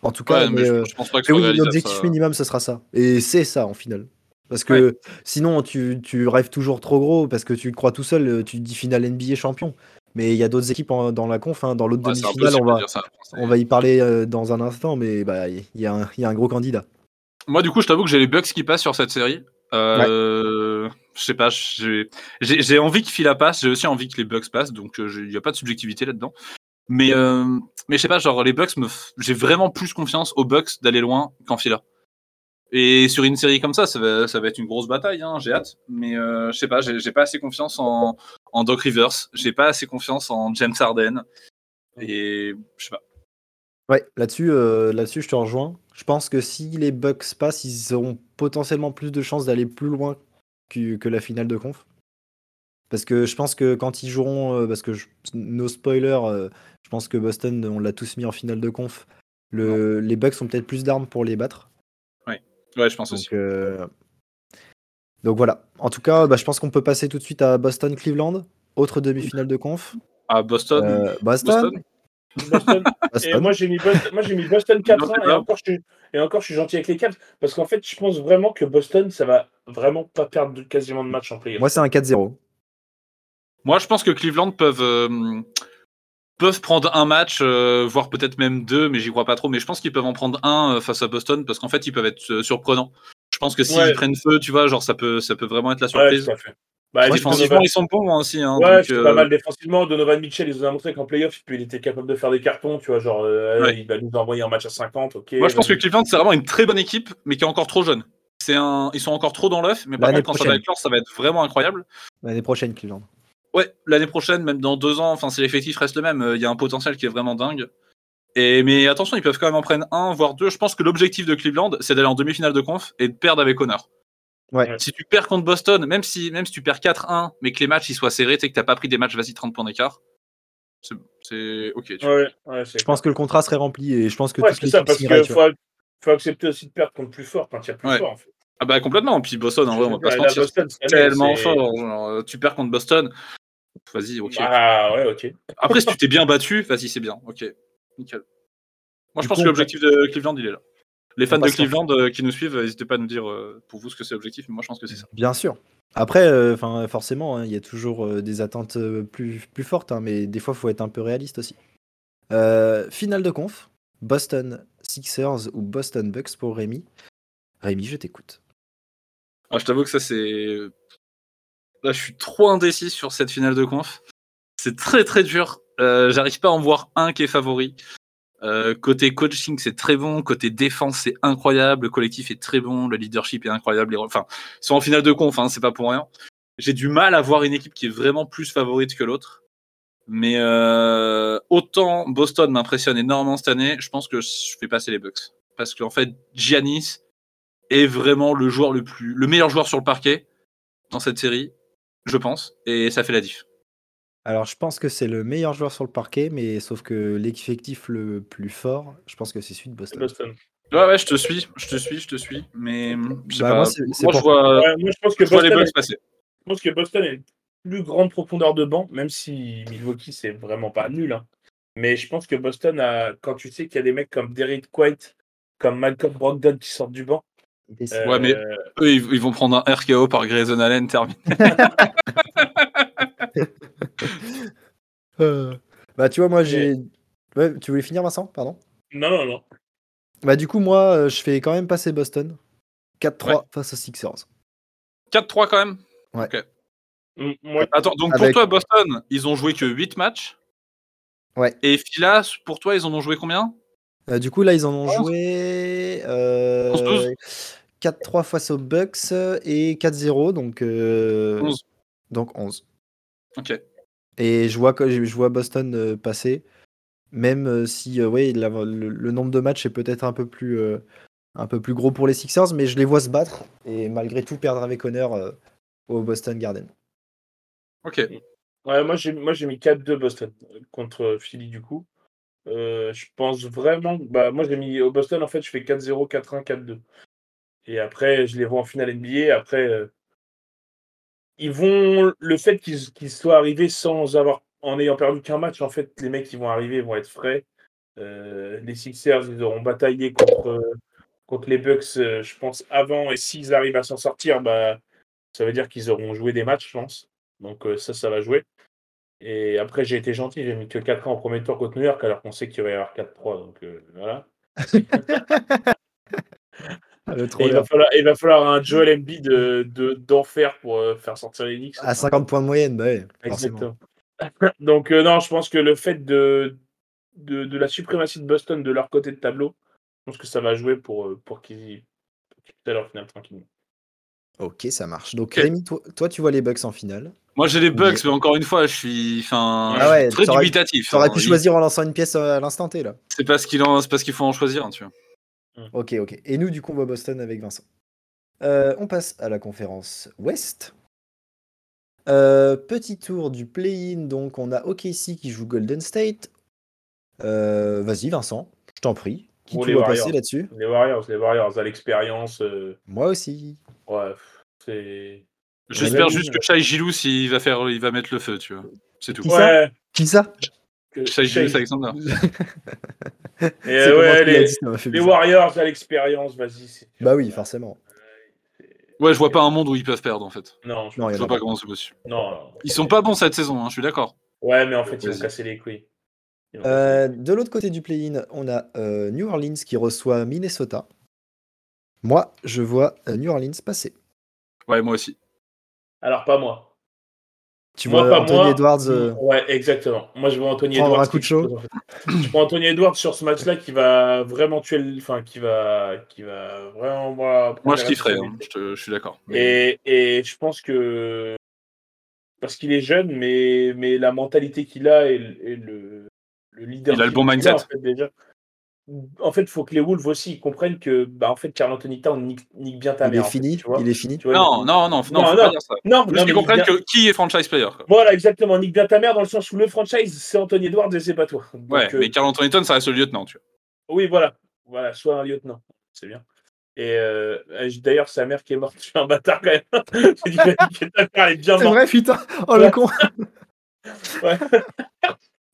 S1: En tout cas,
S2: Ouais, mais
S1: mais,
S2: je-
S1: euh,
S2: je, pense pas que
S1: mais
S2: ce soit
S1: oui,
S2: réalisable,
S1: l'objectif
S2: ça.
S1: minimum, ce sera ça. Et c'est ça en finale. Parce que sinon, tu, tu rêves toujours trop gros, parce que tu te crois tout seul, euh, tu te dis finale NBA champion. Mais il y a d'autres équipes en- dans la conf, hein, dans l'autre
S2: Ouais, c'est
S1: demi-finale, on
S2: impossible de
S1: va,
S2: dire ça.
S1: on va y parler euh, dans un instant, mais bah, il y, a un- il y a un gros candidat.
S2: Moi, du coup, je t'avoue que j'ai les bugs qui passent sur cette série. Euh, Je sais pas, j'ai j'ai- j'ai envie que Fila passe, j'ai aussi envie que les bugs passent, donc il n'y a pas de subjectivité là-dedans. Mais, euh, mais je sais pas, genre les bugs, me f- j'ai vraiment plus confiance aux bugs d'aller loin qu'en Fila. Et sur une série comme ça, ça va, ça va être une grosse bataille, hein, j'ai hâte. Mais euh, je sais pas, j'ai j'ai pas assez confiance en, en Doc Rivers, j'ai pas assez confiance en James Harden. Et je sais pas.
S1: Ouais, là-dessus, euh, là-dessus, je te rejoins. Je pense que si les Bucks passent, ils auront potentiellement plus de chances d'aller plus loin que, que la finale de conf. Parce que je pense que quand ils joueront, euh, parce que je- nos spoilers, euh, je pense que Boston, on l'a tous mis en finale de conf. Le, les Bucks ont peut-être plus d'armes pour les battre.
S2: Ouais, je pense aussi.
S1: Donc, euh, donc voilà. En tout cas, bah, je pense qu'on peut passer tout de suite à Boston-Cleveland, autre demi-finale de conf.
S2: Ah, Boston.
S1: Euh, Boston,
S2: Boston.
S3: Boston-
S1: Boston.
S3: Et moi, j'ai mis Boston, moi, j'ai mis Boston 4 1 et encore, je suis, et encore, je suis gentil avec les Cavs parce qu'en fait, je pense vraiment que Boston, ça va vraiment pas perdre de- quasiment de match en playoff.
S1: Moi, c'est un 4-0.
S2: Moi, je pense que Cleveland peuvent, euh, peuvent prendre un match, euh, voire peut-être même deux, mais j'y crois pas trop. Mais je pense qu'ils peuvent en prendre un euh, face à Boston parce qu'en fait, ils peuvent être euh, surprenants. Je pense que s'ils
S3: Ouais.
S2: prennent feu, tu vois, genre ça peut, ça peut vraiment être la
S3: ouais,
S2: surprise.
S3: tout à fait. Bah,
S1: Moi, je pense
S3: Donovan-
S2: Défensivement, ils sont bons hein, aussi. Hein,
S3: ouais,
S2: donc,
S3: c'était
S2: euh,
S3: pas mal défensivement. Donovan Mitchell, il nous a montré qu'en playoff, il était capable de faire des cartons, tu vois, genre, euh,
S2: Ouais.
S3: il va nous envoyer un match à 50, ok. euh,
S2: Moi, je pense que
S3: vas-y.
S2: Cleveland, c'est vraiment une très bonne équipe, mais qui est encore trop jeune. C'est un... Ils sont encore trop dans l'œuf, mais par
S1: L'année
S2: contre, quand ça va
S1: prochaine.
S2: éclore, ça va être vraiment incroyable.
S1: L'année prochaine, Cleveland.
S2: Ouais, l'année prochaine, même dans deux ans, enfin, si l'effectif reste le même, euh, il y a un potentiel qui est vraiment dingue. Et, mais attention, ils peuvent quand même en prendre un, voire deux. Je pense que l'objectif de Cleveland, c'est d'aller en demi-finale de conf et de perdre avec honneur.
S1: Ouais.
S2: Si tu perds contre Boston, même si, même si tu perds 4-1, mais que les matchs ils soient serrés, tu sais que t'as pas pris des matchs, vas-y, 30 points d'écart, c'est- c'est ok. tu-
S3: Ouais, ouais, c'est
S1: Je pense que le contrat serait rempli et je pense que
S3: Ouais,
S1: toute
S3: c'est ça,
S1: l'équipe
S3: parce
S1: signerait,
S3: qu'il
S1: tu
S3: faut, faut accepter aussi de perdre contre plus fort quand il y a plus
S2: Ouais.
S3: fort, en fait.
S2: Ah bah complètement. Puis Boston, en vrai, on va pas
S3: Ouais,
S2: se
S3: là,
S2: mentir,
S3: Boston, cette année,
S2: tellement
S3: c'est-
S2: fort. genre, euh, tu perds contre Boston. Vas-y, ok.
S3: Ah, ouais, ok.
S2: Après, si tu t'es bien battu, vas-y, c'est bien. Ok. Nickel. Moi, je
S1: Du
S2: pense
S1: coup,
S2: que l'objectif de Cleveland, il est là. Les fans
S1: on
S2: de
S1: passe en-
S2: Cleveland euh, qui nous suivent, euh, n'hésitez pas à nous dire euh, pour vous ce que c'est l'objectif, mais moi, je pense que c'est ça.
S1: Bien sûr. Après, euh, 'fin, forcément, hein, il y a toujours euh, des attentes euh, plus, plus fortes, hein, mais des fois, il faut être un peu réaliste aussi. Euh, finale de conf, Boston Sixers ou Boston Bucks pour Rémi. Rémi, je t'écoute.
S2: Ah, je t'avoue que ça, c'est. Là, je suis trop indécis sur cette finale de conf. C'est très, très dur. Euh, J'arrive pas à en voir un qui est favori. Euh, côté coaching, c'est très bon. Côté défense, c'est incroyable. Le collectif est très bon. Le leadership est incroyable. Les- Enfin, ils sont en finale de conf, hein, c'est pas pour rien. J'ai du mal à voir une équipe qui est vraiment plus favorite que l'autre. Mais euh, autant Boston m'impressionne énormément cette année, je pense que je vais passer les Bucks. Parce qu'en fait, Giannis, est vraiment le joueur le plus, le meilleur joueur sur le parquet dans cette série, je pense, et ça fait la diff.
S1: Alors, je pense que c'est le meilleur joueur sur le parquet, mais sauf que l'effectif le plus fort, je pense que c'est celui de Boston.
S3: Boston.
S2: Ouais, ouais, je te suis, je te suis, je te suis, mais hum, je sais
S1: Bah,
S2: pas.
S1: moi,
S2: Moi,
S1: c'est- c'est
S2: je
S1: pour-
S2: vois,
S3: Ouais, moi, je pense que
S2: je vois Euh, les
S3: Boston,
S2: Bucks passer.
S3: je pense que Boston a une plus grande profondeur de banc, même si Milwaukee, c'est vraiment pas nul. hein. Mais je pense que Boston, a, quand tu sais qu'il y a des mecs comme Derrick White, comme Malcolm Brogdon qui sortent du banc.
S1: Il est-
S3: euh,
S2: Ouais, mais- Eux, ils, ils vont prendre un RKO par Grayson Allen terminé.
S1: Euh, Bah, tu vois, moi, j'ai. Ouais, tu voulais finir, Vincent Pardon
S3: Non, non, non.
S1: Bah du coup moi euh, je fais quand même passer Boston. 4-3
S2: Ouais.
S1: face aux Sixers.
S2: 4-3 quand même.
S3: M- Moi,
S2: Attends, donc
S1: Avec-
S2: pour toi, Boston, ils ont joué que 8 matchs.
S1: Ouais.
S2: Et Philas, pour toi, ils en ont joué combien
S1: Euh, du coup là ils en ont
S3: Ah.
S2: Onze.
S1: joué euh,
S2: 11-12.
S1: 4-3 face aux Bucks euh, et 4-0 donc euh,
S2: 11.
S1: donc 11.
S2: Ok.
S1: Et je vois que je vois Boston euh, passer même euh, si euh, ouais, la- le, le nombre de matchs est peut-être un peu plus euh, un peu plus gros pour les Sixers mais je les vois se battre et malgré tout perdre avec honneur euh, au Boston Garden.
S2: Ok.
S3: Ouais, moi j'ai moi j'ai mis 4-2 Boston euh, contre Philly du coup. Euh, je pense vraiment que- bah moi j'ai mis au Boston en fait je fais 4-0, 4-1, 4-2. Et après je les vois en finale NBA. Après euh, ils vont le fait qu'ils qu'ils soient arrivés sans avoir en ayant perdu qu'un match en fait les mecs ils vont arriver ils vont être frais. Euh, les Sixers ils auront bataillé contre euh, contre les Bucks euh, je pense avant et s'ils arrivent à s'en sortir bah ça veut dire qu'ils auront joué des matchs je pense. Donc euh, ça ça va jouer. Et après, j'ai été gentil, j'ai mis que 4 ans au premier tour contre New York, alors qu'on sait qu'il va y avoir 4-3. Donc euh, voilà.
S1: Le
S3: Ah. Et il, va falloir, il va falloir un Joel Embiid de- de- d'enfer pour euh, faire sortir les Knicks.
S1: à 50 points de moyenne bah ouais, Ah, forcément.
S3: Exactement. donc euh, non, je pense que le fait de, de, de la suprématie de Boston de leur côté de tableau, je pense que ça va jouer pour, euh, pour qu'ils y- pour qu'ils aient leur finale tranquillement.
S1: Ok, ça marche. Donc
S2: Ok.
S1: Rémi, toi, toi, tu vois les Bucks en finale.
S2: Moi, j'ai les Bucks,
S1: Mais-
S2: mais encore une fois, je suis, enfin,
S1: Ah ouais,
S2: je suis très
S1: t'aurais-
S2: dubitatif.
S1: T'aurais
S2: hein.
S1: pu
S2: Il-
S1: choisir en lançant une pièce euh, à l'instant T là.
S2: C'est parce qu'il en... c'est parce qu'il faut en choisir, hein, tu vois.
S1: Ok, ok. Et nous, du coup, on va à Boston avec Vincent. Euh, on passe à la conférence Ouest. Euh, petit tour du play-in. Donc, on a OKC qui joue Golden State. Euh, Vas-y, Vincent, je t'en prie. Qui
S3: Pour
S1: tu
S3: les
S1: vois
S3: Warriors.
S1: passer là-dessus
S3: Les Warriors, les Warriors à l'expérience. euh,
S1: Moi aussi.
S3: ouais, pff, c'est.
S2: J'espère
S1: oui,
S2: juste
S3: euh,
S2: que Shai Gilou, s'il va faire, il va mettre le feu, tu vois. C'est tout.
S1: Qui ça
S3: Ouais.
S1: Qui ça
S3: que-
S2: Shai Gilou,
S3: Shai-
S2: Alexander.
S3: Et
S1: C'est comment
S3: Eh ouais,
S1: tu l'as
S3: les,
S1: dit, ça m'a fait
S3: les
S1: bizarre.
S3: Warriors à l'expérience, vas-y. c'est-
S1: Bah oui, forcément.
S2: Ouais, je vois pas un monde où ils peuvent perdre en fait.
S3: Non, je-
S1: Non, il
S2: Je
S1: y en
S2: vois
S1: a
S2: pas
S1: pas.
S2: comment c'est possible.
S3: non, non.
S2: Ils sont pas bons cette saison, hein, je suis d'accord.
S3: Ouais, mais en fait, ils ont
S2: Vas-y.
S3: cassé les couilles. Ils ont cassé
S1: Euh, de l'autre côté du play-in, on a euh, New Orleans qui reçoit Minnesota. Moi, je vois euh, New Orleans passer.
S2: Ouais, moi aussi.
S3: les- Alors, pas moi.
S1: Tu
S3: Moi,
S1: vois
S3: pas
S1: Anthony
S3: moi.
S1: Edwards euh,
S3: Ouais, exactement. Moi, je vois Anthony
S1: Prendre
S3: Edwards.
S1: un coup de
S3: qui-
S1: chaud.
S3: Je prends Anthony Edwards sur ce match-là qui va vraiment tuer le. Enfin, qui va, qui va vraiment. Moi, prendre
S2: Moi, je
S3: la
S2: kifferais, hein,
S3: responsabilité.
S2: je, te- je suis d'accord. Mais-
S3: Et, et je pense que. Parce qu'il est jeune, mais, mais la mentalité qu'il a et, le- et le, le leader.
S2: Il a le bon
S3: qu'il a,
S2: mindset.
S3: En fait, déjà. En fait, faut que les Wolves aussi ils comprennent que, bah, en fait, Carl Anthony Town nique, nique bien
S1: il
S3: ta
S1: est
S3: mère. en fait,
S1: fini.
S3: tu vois.
S1: il est fini.
S3: Tu vois,
S2: Non, non, non, non,
S3: Non,
S2: faut
S3: non.
S2: pas dire ça.
S3: Non,
S2: Juste
S3: non, mais
S2: qu'ils comprennent
S3: nique bien-
S2: que qui est franchise player. quoi.
S3: Voilà, exactement. Nique bien ta mère dans le sens où le franchise, c'est Anthony Edwards et c'est pas toi. Donc,
S2: Ouais,
S3: euh,
S2: mais Carl Anthony Towns, ça reste le lieutenant, tu vois.
S3: Oui, voilà. Voilà, soit un lieutenant. C'est bien. Et euh, j- d'ailleurs, sa mère qui est morte, je suis un bâtard quand même. J'ai dit, bah, nique ta mère, elle est bien
S1: C'est
S3: morte.
S1: vrai, putain. Oh
S3: Ouais.
S1: le con.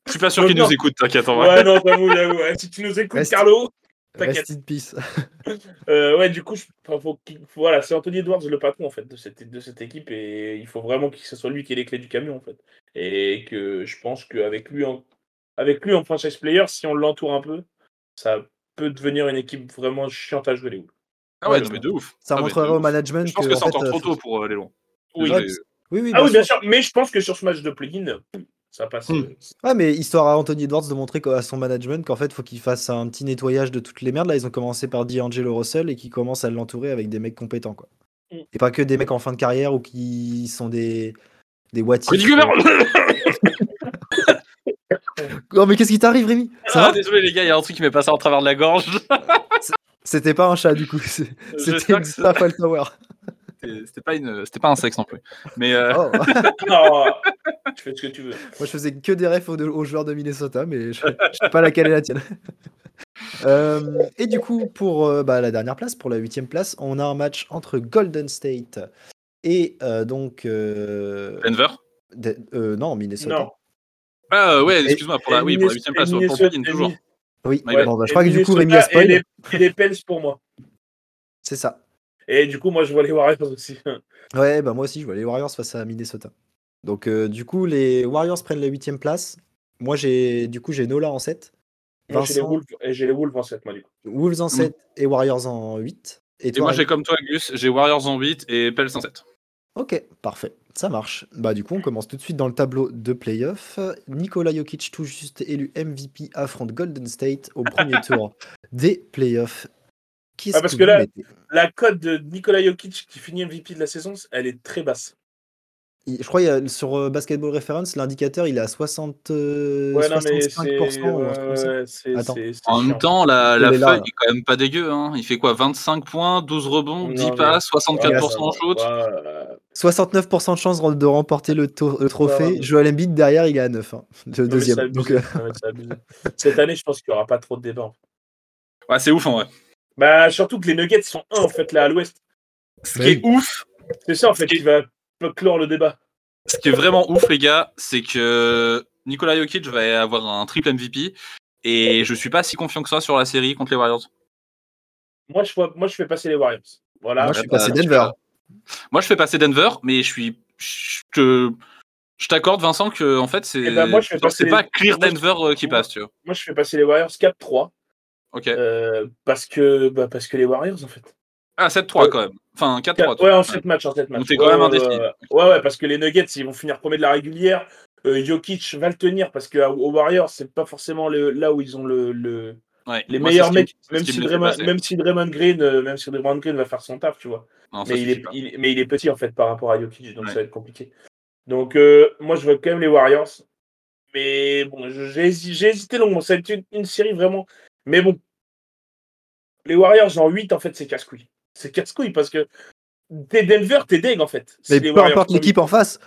S2: Je suis pas sûr
S3: Non,
S2: qu'il
S3: non.
S2: nous écoute, t'inquiète. en vrai.
S3: Ouais, non, j'avoue, j'avoue. Ouais, Si tu nous écoutes,
S1: Reste-
S3: Carlo. T'inquiète.
S1: Rest in peace.
S3: Euh, ouais, du coup, je- enfin, faut qu'il- faut- voilà, c'est Anthony Edwards le patron en fait de cette, de cette équipe et il faut vraiment que ce soit lui qui ait les clés du camion en fait. Et que je pense qu'avec lui en avec lui en franchise player, si on l'entoure un peu, ça peut devenir une équipe vraiment chiante à jouer les Wolves.
S2: Ah ouais,
S1: Ouais,
S2: non, mais de ouf.
S1: Ça
S2: Ah, mais de
S1: montrerait au
S2: ouf.
S1: management
S2: Je pense
S1: que,
S2: que
S1: en
S2: c'est encore
S1: fait,
S2: trop
S1: euh,
S2: tôt pour euh, les longs.
S3: Oui.
S2: Désolé.
S1: Oui, oui.
S3: Ah oui,
S1: bien
S3: bien
S1: sûr.
S3: sûr, mais je pense que sur ce match de play-in, ça passe.
S2: Hmm.
S3: euh,
S1: Ouais, mais histoire à Anthony Edwards de montrer qu'à son management qu'en fait, faut qu'il fasse un petit nettoyage de toutes les merdes. Là, ils ont commencé par D'Angelo Russell et qui commencent à l'entourer avec des mecs compétents, quoi.
S3: Mm.
S1: Et pas que des mecs en fin de carrière ou qui sont des des what if,
S2: Rudy Gobert
S1: Oh, mais qu'est-ce qui t'arrive, Rémi Ça
S2: Ah,
S1: va
S2: désolé les gars, il y a un truc qui m'est passé en travers de la gorge.
S1: C'était pas un chat, du coup. c'est- C'était
S2: J'espère
S1: une
S2: que c'est-
S1: Staffel Tower.
S2: C'était c'était pas, une... c'était pas un sexe non plus. Mais euh,
S1: Oh. Moi,
S3: Non, tu fais ce que tu veux.
S1: je faisais que des refs aux, aux joueurs de Minnesota, mais je, je sais pas laquelle est la tienne. Euh, et du coup, pour euh, bah, la dernière place, pour la huitième place, on a un match entre Golden State et euh, donc. euh,
S2: Denver
S1: de- euh, non, Minnesota.
S3: Non.
S2: Ah euh, ouais, excuse-moi, pour la, oui, pour la
S3: Minnes-
S2: 8 place,
S3: et
S2: pour
S3: Minnesota-
S2: Brooklyn, toujours.
S3: et-
S1: Oui,
S2: Ouais,
S1: bon, bah, je
S3: et
S1: crois que du coup, Rémi a
S3: Minnesota
S1: spoil.
S3: Et les, et les Pels pour moi.
S1: C'est ça.
S3: Et du coup, moi, je vois les Warriors aussi.
S1: Ouais, bah moi aussi, je vois les Warriors face à Minnesota. Donc euh, du coup, les Warriors prennent la huitième place. Moi, j'ai du coup, j'ai Nola en 7,
S3: Moi, j'ai les
S1: Vincent.
S3: Wolves, et j'ai les Wolves en 7, moi, du coup.
S1: Wolves en 7 et Warriors en 8. Et,
S2: Et
S1: toi,
S2: moi j'ai
S1: Rémi
S2: comme toi, Gus, j'ai Warriors en 8 et Pels en 7.
S1: Ok, parfait. Ça marche. Bah du coup, on commence tout de suite dans le tableau de playoff. Nikola Jokic, tout juste élu MVP, affronte Golden State au premier tour des playoffs. Qu'est-ce
S3: Ah, parce
S1: que
S3: que
S1: vous
S3: là-
S1: mettez
S3: La cote de Nikola Jokic qui finit MVP de la saison, elle est très basse.
S1: Il- Je crois il y a- sur euh, Basketball Reference, l'indicateur il est à 60, euh,
S3: Ouais, non, mais
S1: 65%.
S3: c'est.
S1: ou un truc comme ça.
S3: ouais, c'est- euh,
S1: Attends.
S3: c'est- c'est
S2: En
S3: chiant.
S2: même temps, la, la
S1: Il est
S2: feuille
S1: là, là.
S2: est quand même pas dégueu. Hein. Il fait quoi 25 points, 12 rebonds,
S3: Non,
S2: 10
S3: mais-
S2: passes, 64% en
S3: Ouais,
S2: shoot.
S3: ouais.
S1: 69% de chance de remporter le, to- le trophée.
S3: ouais.
S1: Joel Embiid derrière, il est à 9, hein, le
S3: Non, mais
S1: deuxième.
S3: c'est abusé.
S1: Donc, euh,
S3: Non, mais c'est abusé. Cette année, je pense qu'il n'y aura pas trop de débat. en fait.
S2: Ouais, c'est ouf en vrai.
S3: Bah, surtout que les Nuggets sont 1 en fait là à l'ouest.
S2: Ce qui est ouf,
S3: C'est ça en fait qui va clore le débat.
S2: ce qui est vraiment ouf, les gars, c'est que Nikola Jokic va avoir un triple MVP. Et je suis pas si confiant que ça sur la série contre les Warriors.
S3: Moi je, vois, moi, je fais passer les Warriors. Voilà.
S1: moi je suis
S2: bah,
S1: passé
S2: tu
S1: Denver.
S2: Moi, je fais passer Denver, mais je suis. Je te- je t'accorde, Vincent, que en fait, c'est
S3: Eh ben, moi, je fais
S2: genre, c'est pas
S3: passer-
S2: clear
S3: moi, je-
S2: Denver euh, qui passe, tu vois.
S3: Moi, je fais passer les Warriors 4-3
S2: Ok.
S3: euh, parce, que, bah, parce que les Warriors, en fait.
S2: Ah, 7-3
S3: euh,
S2: quand même. Enfin, 4-3. tu
S3: Ouais,
S2: vois.
S3: en 7 matchs, en 7 matchs.
S2: Donc, t'es
S3: Ouais,
S2: quand même
S3: ouais,
S2: indécis.
S3: Ouais, ouais, ouais, parce que les Nuggets, ils vont finir premier de la régulière. Euh, Jokic va le tenir parce que à- aux Warriors, c'est pas forcément le, là où ils ont le, le,
S2: Ouais.
S3: Les
S2: Moi,
S3: meilleurs
S2: c'est ce qui-
S3: mecs,
S2: c'est ce
S3: même
S2: qui
S3: si,
S2: me
S3: Draymond,
S2: dépassait.
S3: même si Draymond Green, euh, même si Draymond Green va faire son taf, tu vois.
S2: Non, ça,
S3: Mais
S2: c'est
S3: il, est,
S2: super.
S3: il- mais il est petit en fait par rapport à Jokic, donc
S2: Ouais.
S3: ça va être compliqué. Donc euh, moi je veux quand même les Warriors. Mais bon, je- j'ai hési- j'ai hésité longtemps. C'est une, une série vraiment. Mais bon. Les Warriors en 8, en fait, c'est casse-couille. C'est casse-couille parce que t'es Denver, t'es deg en fait. Si
S1: Mais
S3: les
S1: peu
S3: Warriors
S1: importe
S3: sont
S1: l'équipe en face,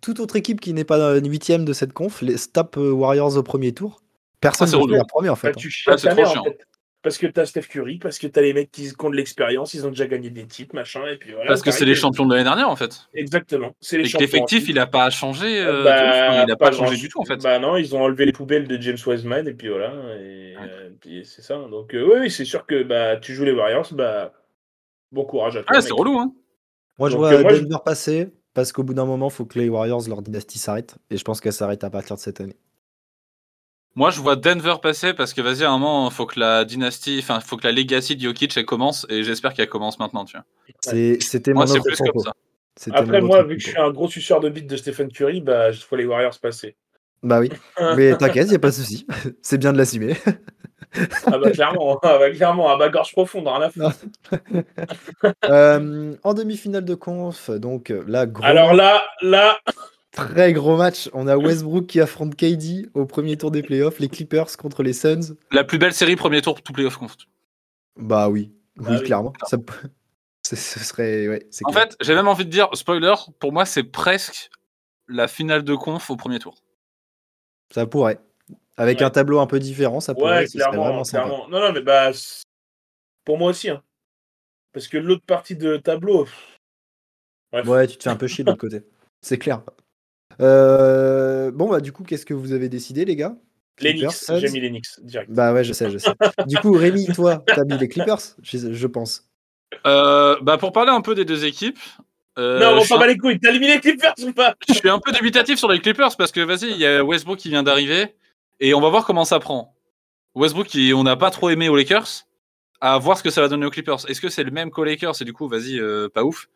S1: toute autre équipe qui n'est pas dans une huitième de cette conf, les tape euh, Warriors au premier tour. Personne
S2: Ah, c'est
S1: ne
S2: relou.
S1: fait la première en
S3: Bah,
S1: fait. hein.
S3: tu chiales
S2: Ah, c'est
S3: ta
S2: trop
S3: mère,
S2: chiant.
S3: en fait. Parce que t'as Steph Curry, parce que t'as les mecs qui ont de l'expérience, ils ont déjà gagné des titres, machin, et puis voilà.
S2: Parce que c'est
S3: t'arrives-
S2: les champions de l'année dernière, en fait.
S3: Exactement. C'est les
S2: Et que
S3: champions.
S2: l'effectif, il n'a pas changé.
S3: Ah
S2: euh,
S3: bah,
S2: de ouf. il n'a pas,
S3: grand-
S2: changé du tout, en fait.
S3: Bah non, ils ont enlevé les poubelles de James Wiseman et puis voilà. Et, euh, puis c'est ça. Donc euh, oui, oui, c'est sûr que bah tu joues les Warriors, bah bon courage à toi.
S2: ah,
S3: mec.
S2: c'est relou, hein.
S1: Moi je
S3: Donc,
S1: vois
S3: euh, moi, je-
S1: Denver passer parce qu'au bout d'un moment, faut que les Warriors, leur dynastie s'arrête. Et je pense qu'elle s'arrête à partir de cette année.
S2: Moi, je vois Denver passer parce que, vas-y, à un moment, faut que la dynastie, enfin, faut que la legacy de Jokic elle commence et j'espère qu'elle commence maintenant, tu vois.
S1: C'est- C'était
S2: Moi,
S1: mon
S2: c'est
S1: autre
S2: plus comme
S1: propos.
S2: ça.
S1: C'était
S3: Après
S1: mon
S3: moi,
S1: autre
S3: vu que je suis
S1: propos.
S3: un gros suceur de bite de Stephen Curry, bah je vois les Warriors passer.
S1: Bah oui, mais t'inquiète, y a pas de souci. C'est bien de l'assumer.
S3: Ah bah clairement, ah bah clairement, à ma gorge profonde, rien à foutre.
S1: Euh, en demi-finale de conf, donc euh, là, gros
S3: Alors euh, là, là,
S1: Ah, Très gros match. On a Westbrook qui affronte KD au premier tour des playoffs. Les Clippers contre les Suns.
S2: La plus belle série premier tour, tout playoff conf.
S1: Bah oui, oui,
S3: Bah oui.
S1: clairement. Ça p- ce ce serait. Ouais, c'est
S2: En
S1: clair.
S2: fait, j'ai même envie de dire, spoiler, pour moi, c'est presque la finale de conf au premier tour.
S1: ça pourrait. Avec
S3: Ouais.
S1: un tableau un peu différent, ça pourrait.
S3: ouais,
S1: ce serait
S3: clairement,
S1: vraiment sympa.
S3: clairement. Non, non, mais bah c'est- pour moi aussi, hein. Parce que l'autre partie de tableau. pff. Bref.
S1: Ouais, tu te fais un peu chier de l'autre côté. C'est clair. Euh, Bon, bah, du coup, qu'est-ce que vous avez décidé, les gars
S3: Les
S1: Clippers,
S3: Knicks, j'ai
S1: Suns
S3: mis les Knicks direct.
S1: Bah ouais, je sais, je sais. du coup, Rémi, toi, t'as mis les Clippers, je, je pense.
S2: Euh, bah, pour parler un peu des deux équipes. euh,
S3: non,
S2: je
S3: on
S2: suis
S3: s'en bat les couilles. T'as éliminé les Clippers ou pas
S2: je suis un peu dubitatif sur les Clippers parce que vas-y, il y a Westbrook qui vient d'arriver et on va voir comment ça prend. Westbrook, qui on n'a pas trop aimé aux Lakers, à voir ce que ça va donner aux Clippers. Est-ce que c'est le même qu'aux Lakers et du coup, vas-y, euh, pas ouf.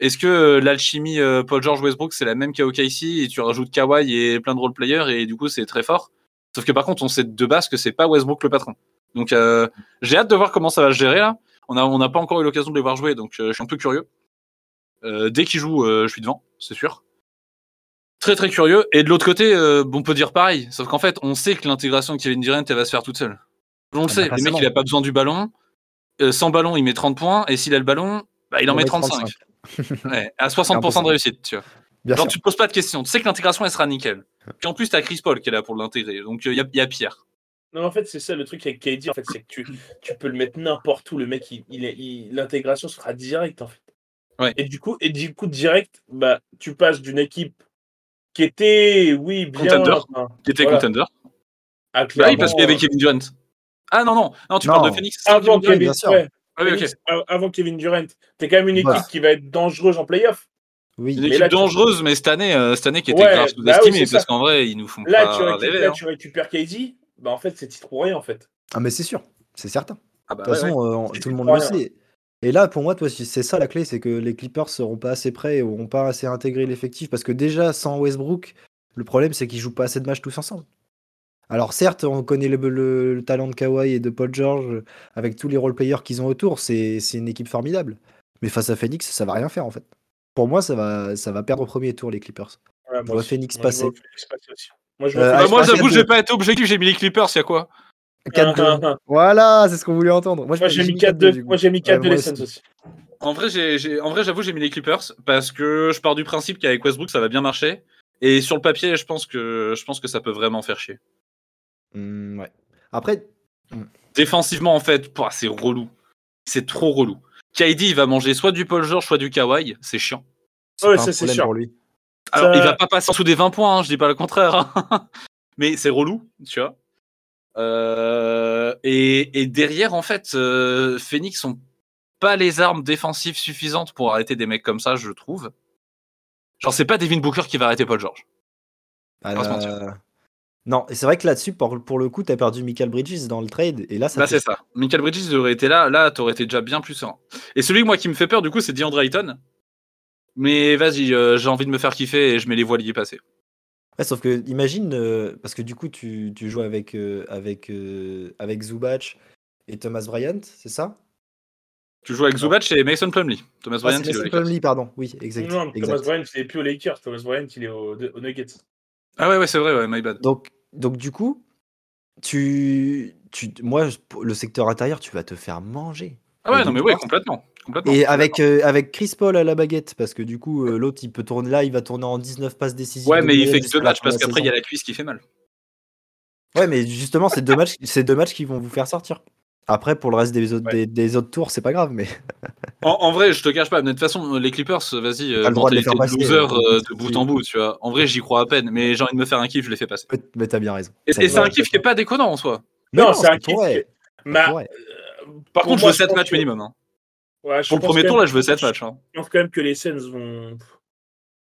S2: Est-ce que euh, l'alchimie euh, Paul George Westbrook c'est la même qu'à OKC et tu rajoutes Kawhi et plein de role players et du coup c'est très fort. Sauf que par contre on sait de base que c'est pas Westbrook le patron. Donc euh, j'ai hâte de voir comment ça va se gérer là. On a on n'a pas encore eu l'occasion de les voir jouer donc euh, je suis un peu curieux. Euh, dès qu'ils jouent euh, je suis devant c'est sûr très très curieux. Et de l'autre côté, euh, on peut dire pareil. Sauf qu'en fait, on sait que l'intégration de Kevin Durant, elle va se faire toute seule. On le
S1: bah,
S2: sait, le mec,
S1: forcément.
S2: il a pas besoin du ballon. Euh, sans ballon, il met 30 points. Et s'il a le ballon, bah, il en met 35. Ouais, à 60% de réussite, tu vois.
S1: Bien
S2: Genre,
S1: sûr.
S2: tu te poses pas de questions. Tu sais que l'intégration, elle sera nickel. Puis en plus, t'as Chris Paul qui est là pour l'intégrer. Donc, il y, a- y a Pierre.
S3: Non, en fait, c'est ça le truc avec KD. En fait, c'est que tu, tu peux le mettre n'importe où. Le mec, il- il est- il- l'intégration sera directe. En fait.
S2: Ouais.
S3: Et du coup, et du coup, direct, bah, tu passes d'une équipe qui était, oui, bien,
S2: Contender.
S3: enfin,
S2: Qui était
S3: Voilà.
S2: contender.
S3: à
S2: Bah oui,
S3: clairement,
S2: parce qu'il y avait Kevin Durant. Ah non, non, non, tu
S1: Non.
S2: parles de Phoenix. sans
S3: euh, avant
S2: Kevin Durant.
S3: Kevin,
S1: bien sûr. Bah.
S3: ouais,
S2: Ah oui, ok.
S3: Phoenix, a- avant Kevin Durant, t'es quand même une équipe
S1: Voilà.
S3: qui va être dangereuse en playoff.
S1: Oui.
S2: Une
S3: Mais
S2: équipe
S3: là, tu-
S2: dangereuse, mais cette année, euh, cette année qui était
S3: Ouais,
S2: grave
S3: bah oui,
S2: sous-estimée,
S3: c'est
S2: parce
S3: ça.
S2: qu'en vrai, ils nous font
S3: Là,
S2: pas
S3: tu, récupères,
S2: rêver,
S3: là,
S2: hein.
S3: tu récupères KD. Bah, en fait, c'est titre pour rien. En fait.
S1: Ah, mais c'est sûr, c'est certain.
S2: Ah bah
S1: De toute
S2: ouais, ouais.
S1: façon, euh, on-
S3: C'est
S1: tout le
S3: pour
S1: monde le
S3: rien.
S1: sait. Et là, pour moi, toi, c'est c'est ça la clé, c'est que les Clippers seront pas assez prêts, auront pas assez intégré l'effectif, parce que déjà sans Westbrook, le problème c'est qu'ils jouent pas assez de matchs tous ensemble. Alors certes, on connaît le, le- le talent de Kawhi et de Paul George euh, avec tous les role players qu'ils ont autour, c'est c'est une équipe formidable. Mais face à Phoenix, ça va rien faire en fait. Pour moi, ça va, ça va perdre au premier tour les Clippers.
S3: Ouais, moi
S1: vois
S3: aussi.
S1: Phoenix
S3: Moi, je vois
S1: passer.
S3: Phoenix passer aussi. Moi, je
S1: Euh,
S3: vois
S2: Bah,
S1: Ah, je pense qu'il y
S2: moi,
S1: a
S2: j'avoue,
S1: deux.
S2: j'ai pas été objectif, j'ai mis les Clippers, il y a quoi
S1: 4-2.
S3: 4-2.
S1: Voilà, c'est ce qu'on voulait entendre. Moi,
S3: Ah. Moi, j'ai mis
S1: 4-2,
S3: 4-2.
S1: du coup.
S3: Moi, j'ai mis 4-2
S1: moi
S3: les
S1: aussi.
S3: Suns aussi.
S2: En vrai, j'ai, j'ai- en vrai, j'avoue, j'ai mis les Clippers parce que je pars du principe qu'avec Westbrook, ça va bien marcher. Et sur le papier, je pense que, je pense que ça peut vraiment faire chier.
S1: Hmm, ouais. Après,
S2: Défensivement, en fait, pouah, c'est relou. C'est trop relou. KD, il va manger soit du Paul George, soit du Kawhi. C'est chiant.
S1: c'est
S3: Ouais,
S1: pas un
S3: ça, c'est
S1: problème
S3: sûr.
S1: pour lui.
S2: Alors,
S3: Ça-
S2: il va pas passer en dessous des 20 points, hein, je dis pas le contraire. hein. Mais c'est relou, tu vois. Euh, et, et derrière, en fait, euh, Phoenix ont pas les armes défensives suffisantes pour arrêter des mecs comme ça, je trouve. Genre, c'est pas Devin Booker qui va arrêter Paul George.
S1: Ah,
S2: On va se mentir.
S1: euh, Non, et c'est vrai que là-dessus, pour, pour le coup, t'as perdu Michael Bridges dans le trade, et là, ça
S2: Bah,
S1: fait-
S2: c'est ça. Michael Bridges aurait été là, là, t'aurais été déjà bien plus serein. Et celui, moi, qui me fait peur, du coup, c'est DeAndre Ayton. Mais vas-y, euh, j'ai envie de me faire kiffer et je mets les voiliers passer.
S1: Ouais, sauf que imagine, euh, parce que du coup, tu, tu joues avec, euh, avec, euh, avec Zubac et Thomas Bryant, c'est ça
S2: Tu joues avec Zubac et Mason Plumlee. Thomas
S1: Ah,
S2: Bryant,
S1: c'est
S2: il est
S1: Mason
S2: au Lakers.
S1: Plumlee, pardon. Oui, exact.
S3: Non, Thomas
S1: exact.
S3: Bryant, il est plus aux Lakers. Thomas Bryant, il est aux aux Nuggets.
S2: Ah ouais, ouais, c'est vrai, ouais, my bad.
S1: Donc, donc du coup, tu, tu, moi, je- pour le secteur intérieur, tu vas te faire manger.
S2: Ah ouais,
S1: Et
S2: non,
S1: donc,
S2: mais ouais,
S1: Hart-
S2: complètement. complètement.
S1: Et avec, euh, avec Chris Paul à la baguette, parce que du coup, euh, l'autre, il peut tourner là, il va tourner en 19 passes décisives.
S2: Ouais,
S1: de
S2: mais il
S1: moyenne
S2: fait que
S1: jusqu'à
S2: deux
S1: la
S2: matchs
S1: fin de
S2: parce
S1: la
S2: qu'après, il y
S1: saison.
S2: a la cuisse qui fait mal.
S1: Ouais, mais justement, c'est deux matchs, c'est deux matchs qui vont vous faire sortir. Après, pour le reste des autres,
S2: Ouais.
S1: des, des autres tours, c'est pas grave, mais
S2: En, en vrai, je te cache pas, mais de toute façon, les Clippers, vas-y, euh,
S1: T'as le droit de les
S2: mentalité
S1: faire
S2: de,
S1: passer,
S2: loser
S1: euh,
S2: euh, de bout en bout, tu vois. En vrai, j'y crois à peine, mais j'ai envie de me faire un kiff, je les fais passer.
S1: peut- mais t'as bien raison.
S2: Et,
S1: Ça
S2: et
S1: va.
S2: c'est un kiff qui est pas déconnant en soi.
S1: Mais
S3: Non, c'est un
S1: ça
S3: kiff.
S1: pourrait,
S3: qui-
S1: ça
S3: Ma-
S1: pourrait.
S3: euh,
S2: Par
S3: pour
S2: contre, je veux
S3: moi,
S2: 7
S3: pense
S2: matchs
S3: que-
S2: minimum. hein.
S3: Ouais, je
S2: Pour le
S3: pense
S2: premier
S3: quand
S2: tour,
S3: même-
S2: là, je veux 7 matchs. hein.
S3: Je pense quand même que les Sens vont.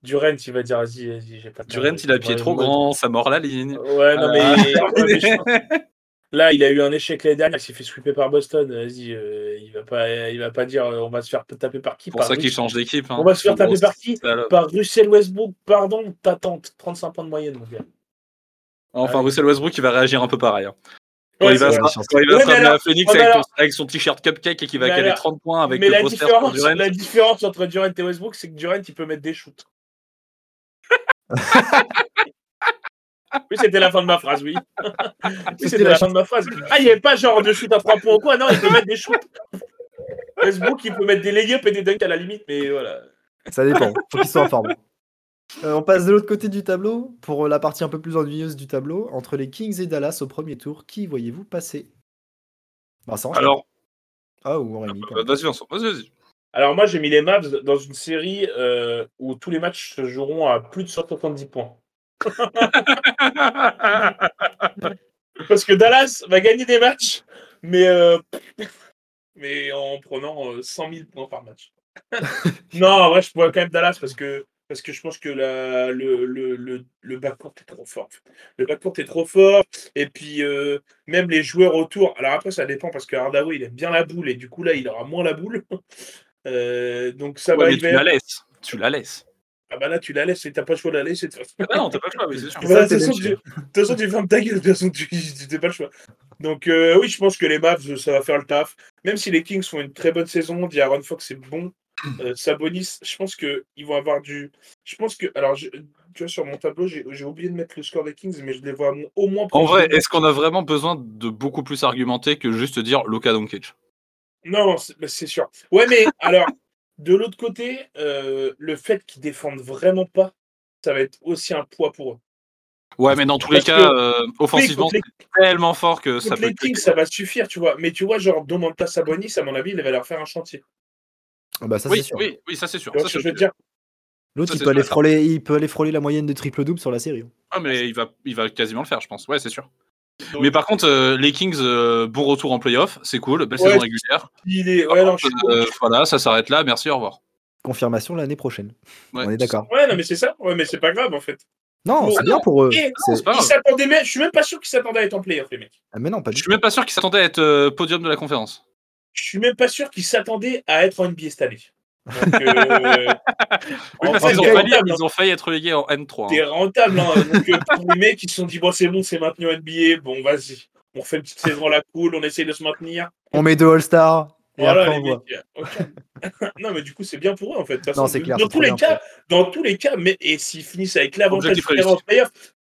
S3: Durant, il va dire vas-y, vas-y, j'ai pas de
S2: Durant,
S3: temps,
S2: il a
S3: j'ai
S2: le pied
S3: pas
S2: trop
S3: de-
S2: grand, ça mord la ligne.
S3: Ouais, non, mais.
S2: Ah.
S3: ouais, mais je pense- Là, il a eu un échec l'année dernière, il s'est fait sweeper par Boston. Vas-y, euh, il va pas, il va pas dire euh, on va se faire taper par qui
S2: C'est pour
S3: par
S2: ça qu'il
S3: Russ-
S2: change d'équipe. hein.
S3: On va se faire
S2: Gros
S3: taper par qui
S2: salope.
S3: Par Russell Westbrook, pardon, t'attends 35 points de moyenne, mon gars.
S2: Enfin,
S3: Ouais.
S2: Russell Westbrook, il va réagir un peu pareil. hein. Quand
S3: Ouais,
S2: il va
S3: c'est
S2: se
S1: vrai.
S2: ra- quand il va
S3: Ouais,
S2: se
S3: mais
S2: ramener à
S3: alors-
S2: Phoenix
S3: ouais, mais
S2: avec, ton-
S3: alors-
S2: avec son t-shirt cupcake et qu'il va
S3: Mais
S2: caler
S3: alors-
S2: 30 points avec
S3: mais
S2: le
S3: la
S2: poster pour
S3: différence,
S2: Durant.
S3: la différence entre Durant et Westbrook, c'est que Durant, il peut mettre des shoots. oui, c'était la fin de ma phrase, oui. Oui, c'était la fin de ma phrase. Ah, il n'y avait pas genre de shoot à 3 points ou quoi, non, il peut mettre des shoots. Westbrook, il peut mettre des layups et des dunks à la limite, mais voilà.
S1: Ça dépend, faut qu'ils soient en forme. Euh, on passe de l'autre côté du tableau pour euh, la partie un peu plus ennuyeuse du tableau entre les Kings et Dallas au premier tour. Qui voyez-vous passer Vincent je-
S2: Alors,
S1: ah ou Rémi
S2: euh, vas-y, Vincent, vas-y, vas-y.
S3: Alors moi, j'ai mis les Mavs dans une série euh, où tous les matchs se joueront à plus de 170 points. Parce que Dallas va gagner des matchs, mais, euh, mais en prenant euh, 100 000 points par match. non, en vrai, je vois quand même Dallas parce que, parce que je pense que la, le, le, le, le backcourt est trop fort. Le backcourt est trop fort. Et puis, euh, même les joueurs autour. Alors après, ça dépend parce que Hardaway, il aime bien la boule et du coup, là, il aura moins la boule. Euh, donc ça
S2: Ouais,
S3: va
S2: mais
S3: il va-
S2: tu la laisses. Tu la laisses.
S3: Ah bah là, tu la laisses et t'as pas le choix de la laisser. De toute façon.
S2: Ah bah non, t'as pas le choix, oui, c'est sûr.
S1: C'est
S3: Voilà,
S1: ça,
S3: de toute
S1: c'est
S3: façon, tu- de toute façon, tu fermes ta gueule, de toute façon, tu tu- t'as pas le choix. Donc, euh, oui, je pense que les Mavs, ça va faire le taf. Même si les Kings font une très bonne saison, Diaron Fox c'est bon.
S1: Mm.
S3: Euh, Sabonis, je pense qu'ils vont avoir du. Je pense que. Alors, je- tu vois, sur mon tableau, j'ai j'ai oublié de mettre le score des Kings, mais je les vois au moins.
S2: En vrai,
S3: proche de-
S2: est-ce qu'on a vraiment besoin de beaucoup plus argumenter que juste dire Luka Doncic
S3: Non, c'est bah, c'est sûr. Ouais, mais alors, de l'autre côté, euh, le fait qu'ils défendent vraiment pas, ça va être aussi un poids pour eux.
S2: Ouais, mais dans tous les
S3: Parce
S2: cas,
S3: que-
S2: euh,
S3: Oui,
S2: offensivement,
S3: contre les-
S2: c'est tellement fort que ça
S3: Contre
S2: peut.
S3: les Kings, ça va suffire, tu vois. Mais tu vois, genre, Domantas Sabonis, à mon avis, il va leur faire un chantier.
S1: Ah bah, ça, c'est
S2: Oui,
S1: sûr.
S2: oui, oui, ça c'est sûr.
S3: Tu vois
S2: ça,
S3: ce
S2: c'est
S3: que je veux
S2: sûr.
S3: dire
S1: L'autre,
S2: Ça,
S1: il,
S2: c'est
S1: peut aller
S2: sûr.
S1: frôler- il peut aller frôler la moyenne de triple-double sur la série.
S2: Ah, mais il va, il va quasiment le faire, je pense. Ouais, c'est sûr.
S3: Donc,
S2: Mais par contre, euh, les Kings, euh, bon retour en playoff, c'est cool, belle
S3: Ouais,
S2: saison
S3: c'est-
S2: régulière.
S3: Il est... ouais, non, je suis-
S2: Euh, voilà, ça s'arrête là, merci, au revoir.
S1: Confirmation l'année prochaine.
S2: Ouais.
S1: On est d'accord.
S3: ouais, non, mais c'est ça. Ouais, mais c'est pas grave, en fait.
S1: Non,
S3: Bon,
S1: c'est
S3: ah
S1: bien
S2: non.
S1: pour eux.
S3: Et-
S1: C'est-
S2: c'est pas
S3: Ils
S2: grave.
S3: s'attendaient même... Je suis même pas sûr qu'ils s'attendaient à être en playoff, les mecs.
S1: Ah, mais non, pas
S2: Je
S1: du
S2: suis même pas sûr qu'ils s'attendaient à être euh, podium de la conférence.
S3: Je suis même pas sûr qu'ils s'attendaient à être en NBA cette année. Donc, euh,
S2: Oui, parce
S3: enfin,
S2: qu'ils ont,
S3: t'es
S2: failli-
S3: rentable, hein.
S2: ils ont failli être relégués en N3.
S3: T'es
S2: hein.
S3: rentable, hein. Donc, euh, pour les mecs, ils se sont dit, bon, c'est bon, c'est maintenu en NBA. Bon, vas-y. On fait une petite saison à la cool, on essaye de se maintenir.
S1: tout. On met deux All-Stars. Et
S3: Voilà,
S1: après,
S3: les
S1: on voit.
S3: mecs. euh, Ok. non, mais du coup, c'est bien pour eux, en fait. De toute
S1: Non,
S3: façon,
S1: c'est
S3: de-
S1: clair.
S3: Dans
S1: c'est
S3: tous
S1: trop
S3: les
S1: bien
S3: cas,
S1: pour eux.
S3: dans tous les cas, mais et s'ils finissent avec l'avantage du
S2: Objectif
S3: terrain en
S2: réussi.
S3: playoff,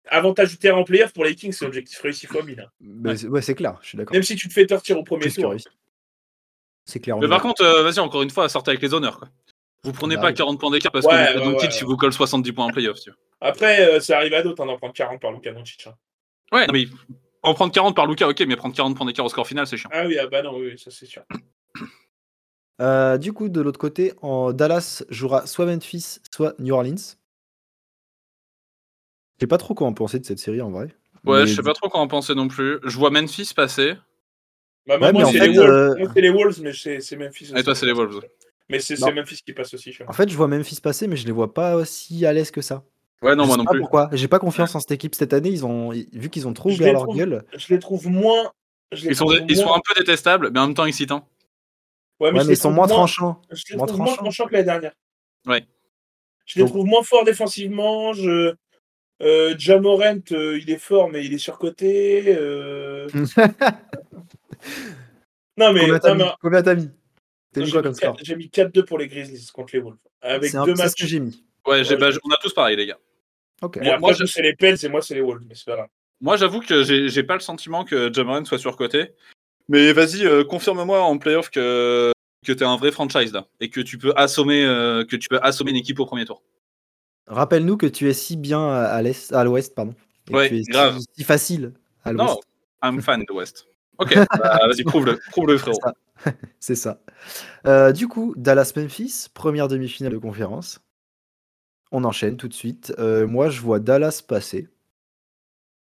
S3: avantage du terrain en playoff pour les Kings, c'est objectif réussi fois 1000. hein.
S1: Mais c'est- Ouais, c'est clair. Je suis d'accord.
S3: Même si tu te fais tortir au premier
S1: Qu'est-ce qui
S3: tour.
S1: réussit C'est clair. on
S2: Mais
S1: y
S2: par
S1: va.
S2: contre, euh, vas-y, encore une fois, sortez avec les honneurs. Quoi. Vous prenez
S1: Bah
S2: pas
S1: oui.
S2: 40 points d'écart parce
S3: Ouais,
S2: que Luka
S3: ouais,
S2: Doncic,
S3: ouais.
S2: il vous colle 70 points en playoff. Tu vois.
S3: Après, euh, ça arrive à d'autres hein, d'en prendre 40 par Luka Doncic. hein.
S2: Ouais, non, mais en prendre 40 par Luka, ok, mais prendre 40 points d'écart au score final, c'est chiant.
S3: Ah oui, ah bah non, oui, oui, ça c'est sûr.
S1: Euh, du coup, de l'autre côté, en Dallas jouera soit Memphis, soit New Orleans. Je sais pas trop quoi en penser de cette série en vrai.
S2: Ouais,
S1: Mais-
S2: je sais pas trop quoi en penser non plus. Je vois Memphis passer.
S3: Bah,
S1: Ouais,
S3: moi,
S1: mais en
S3: c'est
S1: fait,
S3: les, Wolves.
S1: euh,
S3: Moi, c'est les Wolves, mais c'est c'est Memphis aussi.
S2: Et toi, c'est les Wolves.
S3: Mais c'est
S1: Non.
S3: c'est Memphis qui passe aussi. je crois.
S1: En fait, je vois Memphis passer, mais je les vois pas aussi à l'aise que ça.
S2: Ouais, non,
S1: je
S2: moi
S1: sais
S2: non
S1: pas
S2: plus.
S1: pourquoi. J'ai pas confiance en cette équipe cette année. Ils ont vu qu'ils ont trop
S3: Je
S1: ouvert
S3: les
S1: leur
S3: trouve- Ah,
S1: gueule.
S3: Je les trouve moins. Je les
S2: Ils sont,
S3: trouve
S2: ils sont
S3: moins-
S2: un peu détestables, mais en même temps excitants.
S3: Ouais, mais
S1: Ouais,
S3: je
S1: mais
S3: les
S1: ils sont
S3: trouve
S1: moins tranchants.
S3: Je les
S1: Moins
S3: trouve moins
S1: tranchant.
S3: tranchants que l'année dernière.
S2: Ouais.
S3: Je les
S1: Donc-
S3: trouve moins forts défensivement. Je... Euh, Jamorant, euh, il est fort, mais il est surcoté. euh. non, mais,
S1: Combien
S3: non,
S1: t'as
S3: mais-
S1: mis Combien t'as mis T'as mis
S3: j'ai
S1: quoi
S3: mis
S1: comme score
S3: quatre- j'ai mis 4-2 pour les Grizzlies contre les Wolves. Avec
S1: C'est un
S3: deux
S1: peu ça ce
S3: matchs.
S1: que j'ai mis.
S2: Ouais, j'ai-
S3: Ouais,
S2: bah,
S3: je-
S2: on a tous pareil, les gars.
S1: Ok.
S3: Et après,
S2: Moi,
S3: vous, c'est les Pels et moi, c'est les Wolves. Mais c'est pas grave.
S2: Moi, j'avoue que j'ai j'ai pas le sentiment que Jamoran soit surcoté. Mais vas-y, euh, confirme-moi en playoff que, que t'es un vrai franchise là et que tu peux assommer, euh, que tu peux assommer une équipe au premier tour.
S1: Rappelle-nous que tu es si bien à- à l'est, à l'ouest, pardon. Et que
S2: Ouais,
S1: tu es si-
S2: grave.
S1: Si, facile à l'ouest.
S2: Non, I'm fan de West. Ok, bah, vas-y, prouve-le, prouve-le, frérot.
S1: ça. C'est ça. Euh, du coup, Dallas-Memphis, première demi-finale de conférence. On enchaîne tout de suite. Euh, moi, je vois Dallas passer.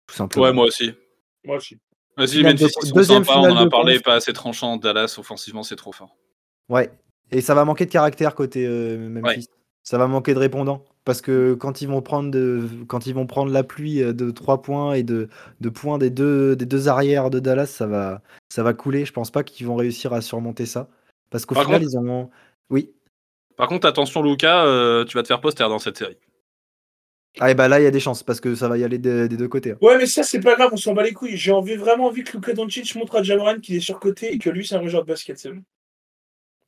S1: Tout simplement.
S2: Ouais, moi aussi.
S3: Moi, je suis.
S2: Vas-y,
S1: Finale de-
S2: Memphis, ils sont
S1: deuxième
S2: sympas, on en
S1: finale
S2: a
S1: de
S2: parlé,
S1: conf.
S2: pas assez tranchant. Dallas, offensivement, c'est trop fort.
S1: Ouais. Et ça va manquer de caractère côté euh, Memphis. Ça va manquer de répondants. Parce que quand ils vont prendre, de, quand ils vont prendre la pluie euh, de 3 points et de, de points des deux, des deux arrières de Dallas, ça va, ça va couler. Je pense pas qu'ils vont réussir à surmonter ça. Parce qu'au
S2: Par
S1: final, ils ont. Oui.
S2: Par contre, attention, Luca, euh, tu vas te faire poster dans cette série.
S1: Ah, et bah là, il y a des chances. Parce que ça va y aller des, des deux côtés. hein.
S3: Ouais, mais ça, c'est pas grave. On s'en bat les couilles. J'ai envie, vraiment envie que Luka Doncic montre à Jamorant qu'il est surcoté et que lui, c'est un joueur de basket. C'est bon.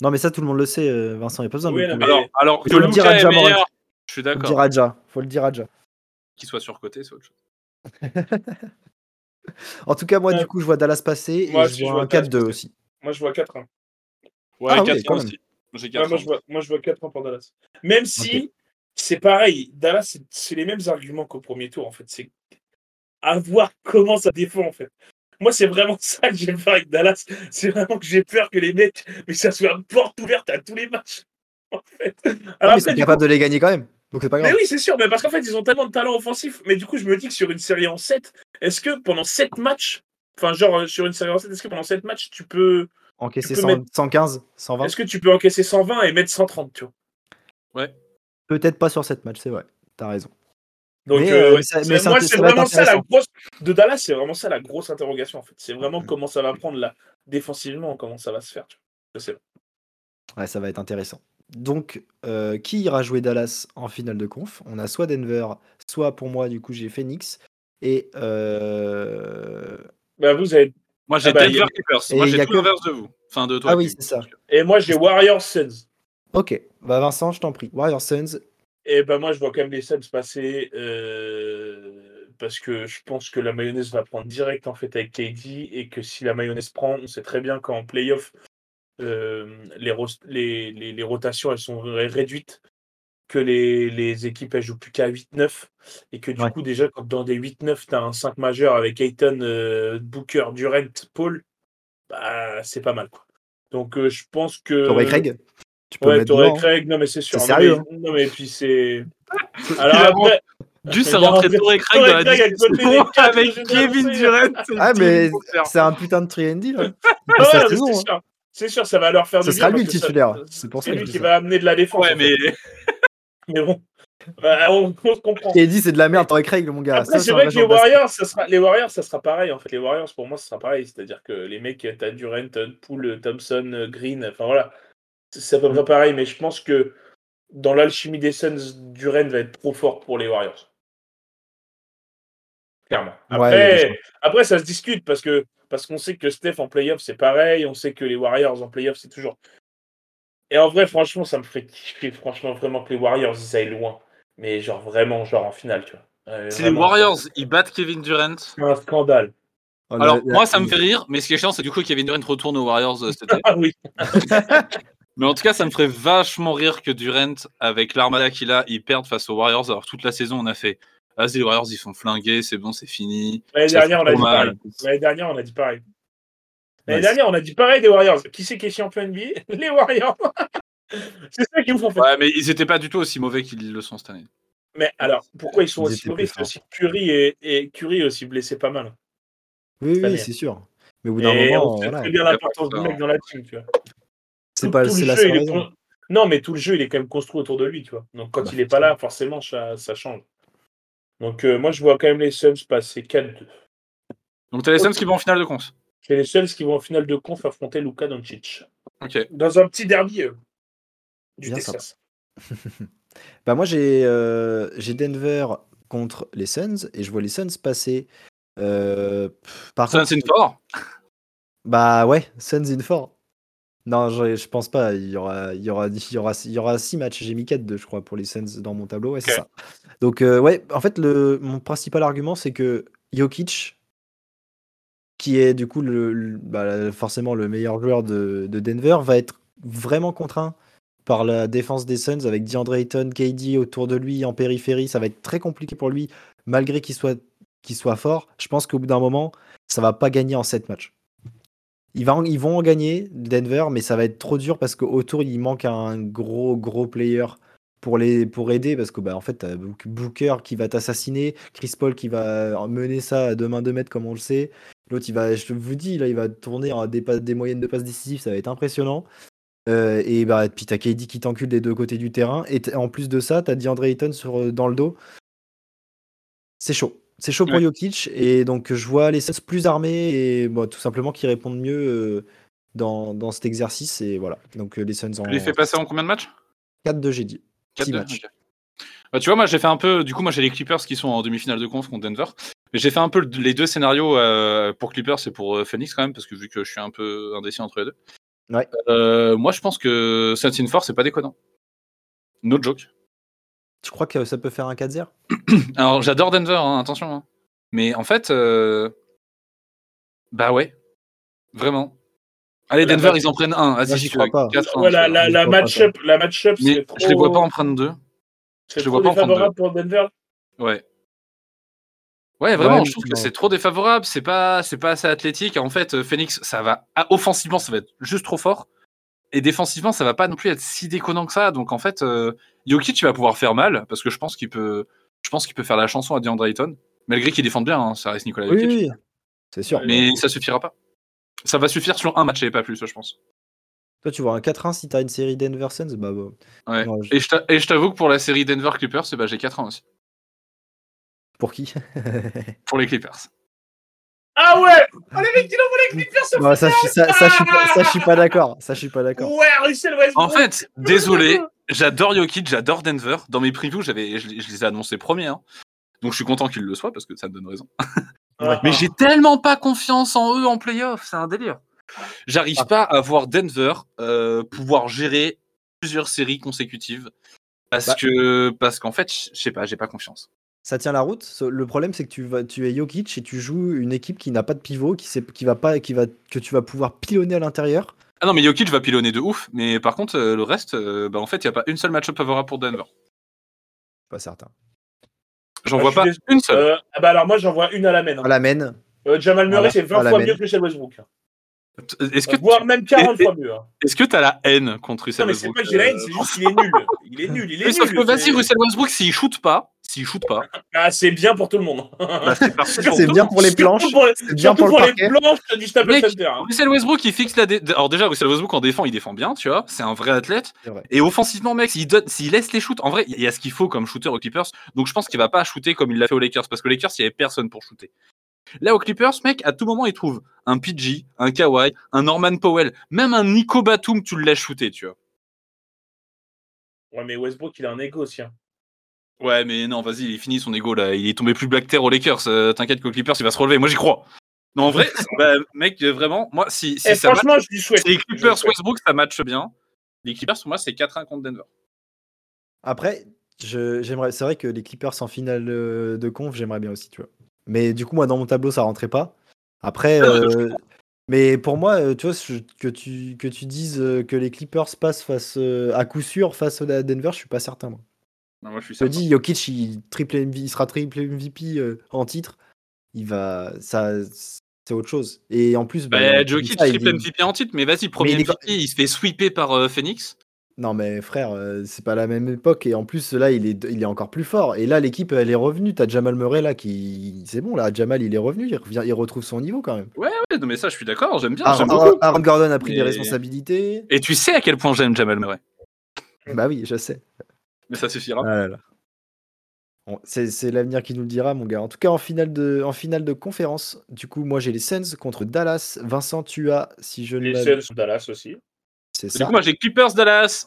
S1: Non, mais ça, tout le monde le sait. euh, Vincent, il n'y a pas besoin de
S3: Oui,
S1: le
S3: non, mais-
S2: Alors, alors
S1: Faut
S2: que
S1: le dire à
S2: Luca est
S1: Jamoran.
S2: meilleur, je suis
S1: Faut le
S2: d'accord.
S1: dire à Ja. Faut le dire à Ja.
S2: Qu'il soit surcoté, c'est autre chose.
S1: En tout cas, moi,
S3: Ouais.
S1: du coup, je vois Dallas passer.
S3: Moi
S1: et
S3: aussi,
S1: je
S3: je
S1: vois
S3: vois
S1: un
S3: Dallas
S1: 4-2
S3: passer.
S1: aussi.
S3: Moi, je vois hein. 4-1.
S2: Ouais,
S1: Ah oui,
S2: 4
S1: quand même.
S2: aussi. J'ai
S3: Ouais,
S2: 4
S3: moi, je vois, moi, je vois 4 ans pour Dallas. Même si c'est pareil, Dallas, c'est- c'est les mêmes arguments qu'au premier tour, en fait. C'est à voir comment ça défend, en fait. Moi, c'est vraiment ça que j'aime faire avec Dallas. C'est vraiment que j'ai peur que les mecs, mais ça soit une porte ouverte à tous les matchs, en fait.
S1: Ah,
S3: Alors,
S1: mais
S3: après,
S1: c'est
S3: du
S1: capable de les gagner quand même. Donc, c'est pas grave.
S3: mais oui, c'est sûr, mais parce qu'en fait, ils ont tellement de talent offensif. Mais du coup, je me dis que sur une série en 7, est-ce que pendant 7 matchs, enfin, genre euh, sur une série en 7, est-ce que pendant 7 matchs, tu peux,
S1: Encaisser
S3: Tu peux
S1: 100
S3: mettre-
S1: 115, 120.
S3: est-ce que tu peux encaisser 120 et mettre 130, tu vois
S1: Peut-être pas sur cette match, c'est vrai. T'as raison.
S3: Donc,
S1: Mais,
S3: euh,
S1: euh,
S3: ouais,
S1: ça-
S3: c'est-
S1: mais ça-
S3: moi,
S1: ça
S3: c'est
S1: va être
S3: vraiment ça la
S1: intéressant. Mm.
S3: grosse. De Dallas, c'est vraiment ça la grosse interrogation, en fait. C'est vraiment comment ça va prendre là, défensivement, comment ça va se faire. tu vois. Je sais pas.
S1: Ouais, ça va être intéressant. Donc, euh, qui ira jouer Dallas en finale de conf On a soit Denver, soit pour moi, du coup, j'ai Phoenix. Et euh,
S3: Bah, vous avez...
S2: Moi, j'ai
S3: Ah bah, y
S2: Denver
S3: a-
S2: Clippers.
S1: et
S2: Moi,
S1: il y
S2: j'ai
S1: a
S2: tout
S1: que-
S2: l'inverse de vous. Enfin, de toi.
S1: Ah oui,
S2: Kevin.
S1: c'est ça.
S3: Et moi, j'ai Warriors Suns.
S1: ok, bah Vincent, je t'en prie. Warriors Suns,
S3: Et ben moi, je vois quand même les Suns passer euh, parce que je pense que la mayonnaise va prendre direct en fait avec KD et que si la mayonnaise prend, on sait très bien qu'en playoff, euh, les, ros- les, les, les rotations elles sont ré- réduites, que les, les équipes elles jouent plus qu'à 8-9 et que du
S1: Ouais.
S3: coup, déjà, quand dans des 8-9, tu as un 5 majeur avec Ayton, euh, Booker, Durant, Paul, bah, c'est pas mal quoi. Donc euh, je pense que.
S1: t'aurais Craig Tu peux le
S3: Ouais,
S1: mettre
S3: t'aurais
S1: dedans, hein.
S3: Craig, non mais c'est sûr.
S1: C'est
S3: Non,
S1: sérieux, hein.
S3: mais- Non mais puis c'est.
S2: Il a
S3: Alors après,
S2: Dû, c'est
S3: Il y a
S2: rentré
S3: rentré
S2: Torrey Craig dans
S3: Torrey
S2: la
S3: Craig à côté des
S2: discussion
S3: quatre
S2: avec
S3: généraux,
S2: Kevin
S3: c'est-
S2: Durant. c'est
S1: Ah,
S2: le
S1: mais
S2: team concert.
S1: c'est un putain de triandy, là. Mais
S3: ouais,
S1: ça,
S3: mais
S1: c'est bon, hein.
S3: c'est sûr. C'est sûr, ça va leur faire
S1: Ce
S3: du bien.
S1: sera lui
S3: parce
S1: le
S3: que ça-
S1: titulaire. C'est pour ça
S3: C'est
S1: que
S3: lui
S1: je
S3: qui
S1: dis
S3: va amener de la défense.
S2: Ouais,
S3: en fait.
S2: mais
S3: mais bon, Bah, on, on se comprend.
S1: Et dit c'est de la merde, t'aurais Craig, mon gars.
S3: Après,
S1: Ah, Ça,
S3: c'est
S1: un
S3: vrai
S1: vrai
S3: que les
S1: joueur de basket.
S3: Warriors, ça sera, les Warriors, ça sera pareil. En fait, les Warriors, pour moi, ça sera pareil. C'est-à-dire que les mecs, t'as Durant, t'as Poole, Thompson, euh, Green, enfin voilà. C'est c'est à
S1: Mm.
S3: peu près pareil, mais je pense que dans l'alchimie des Suns, Durant va être trop fort pour les Warriors. Clairement.
S1: Ouais, il y a des
S3: Après, après ça se discute parce que parce qu'on sait que Steph en playoff, c'est pareil. On sait que les Warriors en playoff, c'est toujours. Et en vrai, franchement, ça me ferait kiffer, franchement, vraiment que les Warriors, ils aillent loin. Mais genre vraiment, genre en finale, tu vois. Euh,
S2: si les
S3: vraiment,
S2: Warriors, ils battent Kevin Durant.
S3: c'est un scandale.
S1: Oh,
S2: Alors,
S1: la- la-
S2: moi, ça me fait rire, mais ce qui est chiant, c'est du coup Kevin Durant retourne aux Warriors euh, cet été.
S3: Ah oui.
S2: Mais en tout cas, ça me ferait vachement rire que Durant, avec l'armada qu'il a, il perde face aux Warriors. Alors, toute la saison, on a fait Vas-y, les Warriors, ils sont flingués, c'est bon, c'est fini.
S3: L'année
S2: Ça fait
S3: dernière, on a
S2: trop
S3: dit pareil.
S2: mal.
S3: L'année dernière, on a dit pareil.
S1: Ouais,
S3: L'année dernière, on a dit pareil des Warriors. Qui c'est qui est champion NBA Les Warriors. c'est ça qui me font peur.
S2: Ouais, mais ils étaient pas du tout aussi mauvais qu'ils le sont cette année.
S3: Mais alors, pourquoi ils sont
S1: Ils
S3: aussi
S1: étaient
S3: mauvais
S1: plus
S3: C'est aussi Curry et, et Curry est aussi blessé pas mal.
S1: Oui,
S3: Cette
S1: oui,
S3: année.
S1: c'est sûr. Mais au bout d'un
S3: Et
S1: moment,
S3: on sait
S1: voilà,
S3: très bien
S2: y a
S3: l'importance
S2: pas
S3: du
S2: ça.
S3: mec dans la team, tu vois.
S1: c'est
S3: Tout-
S1: pas
S3: tout le
S1: c'est la
S3: jeu,
S1: seule
S3: il est
S1: raison.
S3: con- Non, mais tout le jeu, il est quand même construit autour de lui, tu vois. Donc quand
S1: Bah,
S3: il est pas là, forcément, ça, ça change. Donc euh, moi, je vois quand même les Suns passer 4-2.
S2: Donc, t'as les Suns qui vont en finale de conf.
S3: C'est les Suns qui vont en finale de conf affronter Luka Doncic.
S2: Ok.
S3: Dans un petit derby euh, du
S1: Bien
S3: Texas.
S1: Bah moi j'ai euh, j'ai Denver contre les Suns et je vois les Suns passer. Euh, pff, par
S2: Suns
S1: contre-
S2: in four
S1: Bah ouais, Suns in four. Non, je, je pense pas. Il y aura, il y aura, il y aura, il y aura six matchs. J'ai mis 4 2 je crois, pour les Suns dans mon tableau. Ouais, c'est
S3: Ok.
S1: ça. Donc euh, ouais, en fait, le, mon principal argument, c'est que Jokic, qui est du coup le, le- bah, forcément le meilleur joueur de, de Denver, va être vraiment contraint par la défense des Suns avec DeAndre Ayton, KD autour de lui en périphérie. Ça va être très compliqué pour lui, malgré qu'il soit, qu'il soit fort. Je pense qu'au bout d'un moment, ça va pas gagner en 7 matchs. Ils, va- ils vont en gagner, Denver, mais ça va être trop dur parce qu'autour, il manque un gros, gros player pour, les, pour aider. Parce que, bah, en fait, t'as Book- Booker qui va t'assassiner, Chris Paul qui va euh, mener ça à deux mains de mètre, comme on le sait. L'autre, il va, je vous dis, là, il va tourner à des, passes- des moyennes de passes décisives, ça va être impressionnant. Euh, et bah, puis t'as KD qui t'encule des deux côtés du terrain. Et t- en plus de ça, t'as DeAndre Ayton sur, euh, dans le dos. C'est chaud. C'est chaud pour
S2: Ouais.
S1: Jokic. Et donc, je vois les Suns plus armés et bon, tout simplement qui répondent mieux euh, dans, dans cet exercice. Et voilà. Donc, euh, les Suns en
S2: Tu les fais passer en combien de matchs
S1: 4 de j'ai dit.
S2: 4
S1: Six
S2: 2
S1: matchs.
S2: Bah, tu vois, moi j'ai fait un peu. Du coup, moi j'ai les Clippers qui sont en demi-finale de conf contre Denver. Mais j'ai fait un peu le- les deux scénarios euh, pour Clippers et pour euh, Phoenix quand même, parce que vu que je suis un peu indécis entre les deux.
S1: Ouais.
S2: Euh, moi je pense que Suns in four, c'est pas déconnant. No joke.
S1: Tu crois que ça peut faire un 4-0
S2: Alors, j'adore Denver, hein, attention. hein. Mais en fait, euh, bah ouais, vraiment. Allez,
S3: La
S2: Denver,
S3: match-
S2: ils en prennent un. Vas-y,
S1: Moi, j'y crois pas.
S2: Quatre, un,
S3: Ouais, la,
S2: tu
S3: la,
S1: je
S3: la
S1: vois pas
S3: match-up, la match-up,
S2: vois.
S3: c'est
S2: Mais
S3: trop.
S2: je les vois pas en prendre deux.
S3: c'est
S2: je les vois
S3: trop
S2: pas en prendre
S3: défavorable pour Denver.
S2: Ouais. Ouais, vraiment,
S1: Ouais,
S2: je trouve que
S1: non.
S2: c'est trop défavorable. C'est pas, c'est pas assez athlétique. En fait, euh, Phoenix, ça va ah, offensivement, ça va être juste trop fort. Et défensivement, ça va pas non plus être si déconnant que ça. Donc en fait, euh, Jokic, tu vas pouvoir faire mal parce que je pense qu'il peut, je pense qu'il peut faire la chanson à DeAndre Ayton, malgré qu'il défende bien. hein, ça reste Nicolas Jokic.
S1: C'est sûr.
S2: Mais ça suffira pas. Ça va suffire sur un match et pas plus, je pense.
S1: Toi, tu vois un 4-1 si t'as une série Denver Suns, bah, bah,
S2: Ouais.
S1: non, je-
S2: Et je t'a- et je t'avoue que pour la série Denver Clippers, eh ben, j'ai 4 ans aussi.
S1: pour qui
S2: Pour les Clippers.
S3: Ah ouais Oh les mecs, ils envoient les Clippers sur
S1: Non, ça, je suis- ça, ça, je suis pas- ça, je suis pas d'accord. Ça, je suis pas d'accord.
S3: Ouais, Russell Westbrook
S2: En fait, désolé, j'adore Jokic, j'adore Denver. Dans mes previews, j'avais, je, les- je les ai annoncés premiers. hein. Donc je suis content qu'ils le soient parce que ça me donne raison.
S3: Ah,
S2: Mais j'ai tellement pas confiance en eux en playoff, c'est un délire. J'arrive
S3: Ah.
S2: pas à voir Denver euh, pouvoir gérer plusieurs séries consécutives parce
S1: Bah.
S2: que parce qu'en fait, je sais pas, j'ai pas confiance.
S1: ça tient la route. Ce- Le problème, c'est que tu, vas, tu es Jokic et tu joues une équipe qui n'a pas de pivot, qui, sait, qui va pas, qui va, que tu vas pouvoir pilonner à l'intérieur.
S2: Ah non, mais Jokic va pilonner de ouf, mais par contre, euh, le reste, euh, bah, en fait, il n'y a pas une seule match-up favorable pour Denver.
S1: Pas certain.
S2: J'en
S3: Ah,
S2: vois
S3: je suis
S2: pas
S3: désolé.
S2: une seule.
S3: Euh, ah bah alors moi j'en vois une à la main. hein.
S1: On l'amène.
S3: Euh, Jamal Murray
S1: Voilà,
S3: c'est 20
S1: à la
S3: fois
S1: main.
S3: mieux que Russell Westbrook. hein.
S2: Est-ce que
S3: Voire même 40
S2: Et- et-
S3: fois mieux. hein.
S2: est-ce que t'as la haine contre Russell
S3: Non mais c'est
S2: Westbrook
S3: pas que j'ai la haine,
S2: euh,
S3: c'est juste qu'il est nul. Il est nul, il est
S2: Oui,
S3: nul.
S2: sauf que vas-y,
S3: c'est-
S2: Russell Westbrook, s'il shoot pas, s'il shoot pas,
S3: Ah, c'est bien pour tout le monde.
S2: bah, c'est parfait
S1: C'est
S2: tout.
S1: bien pour les planches.
S3: Surtout pour les,
S1: C'est bien
S3: surtout
S1: pour le
S3: pour
S1: parquet.
S3: les planches du Staples
S2: Mec,
S3: Center. hein.
S2: Russell Westbrook, il fixe la. dé- Alors déjà, Russell Westbrook en défend, il défend bien, tu vois. C'est un vrai athlète.
S1: C'est vrai.
S2: Et offensivement, mec, s'il donne, s'il laisse les shoots, en vrai, il y a ce qu'il faut comme shooter aux Clippers. Donc je pense qu'il va pas shooter comme il l'a fait aux Lakers, parce que les Lakers, il y avait personne pour shooter. Là, aux Clippers, mec, à tout moment, il trouve un PG, un Kawhi, un Norman Powell, même un Nico Batum, tu le laisses shooter, tu vois.
S3: Ouais mais Westbrook il a un ego aussi. hein.
S2: Ouais, mais non, vas-y, il est fini son ego là. Il est tombé plus Black Terre aux Lakers. Euh, T'inquiète qu'aux Clippers, il va se relever. Moi, j'y crois. Non, en vrai, bah, mec, euh, vraiment, moi, si, si
S3: Eh,
S2: ça match,
S3: franchement je lui souhaite.
S2: si les
S3: Je lui
S2: Clippers
S3: souhaite.
S2: Westbrook, ça match bien. Les Clippers, pour moi, c'est 4-1 contre Denver.
S1: Après, je- j'aimerais. C'est vrai que les Clippers en finale euh, de conf, j'aimerais bien aussi, tu vois. Mais du coup, moi, dans mon tableau, ça rentrait pas. Après,
S2: Ah, je
S1: euh, mais pour moi, euh, tu vois, je- que tu que tu dises euh, que les Clippers passent face euh, à coup sûr face à Denver, je suis pas certain. Moi.
S2: Non, moi, je suis
S1: Je te
S2: certain.
S1: dis, Jokic, il, triple MV il sera triple MVP euh, en titre. Il va, ça, c'est autre chose. Et en plus, bah, il y a
S2: Bah,
S1: un
S2: Jokic,
S1: ça, il
S2: triple
S1: est-
S2: MVP en titre, mais vas-y, premier
S1: il est-
S2: MVP, il se fait sweeper par euh, Phoenix.
S1: Non mais frère, euh, c'est pas la même époque et en plus là il est, il est encore plus fort. Et là l'équipe elle est revenue. T'as Jamal Murray là qui, c'est bon là, Jamal il est revenu, il revient, il retrouve son niveau quand même.
S2: Ouais, ouais, non, mais ça, je suis d'accord, j'aime bien.
S1: Aaron,
S2: j'aime beaucoup.
S1: Aaron Gordon a pris des
S2: Mais-
S1: responsabilités.
S2: Et tu sais à quel point j'aime Jamal Murray.
S1: Bah oui, je sais.
S2: Mais ça suffira.
S1: Ah là là. Bon, c'est c'est l'avenir qui nous le dira, mon gars. En tout cas, en finale de, en finale de conférence, du coup, moi j'ai les Suns contre Dallas. Vincent, tu as, si je ne
S3: Les
S1: l'abuse,
S3: Suns Dallas aussi.
S1: c'est
S2: Du
S1: ça.
S2: coup, moi, j'ai Clippers Dallas.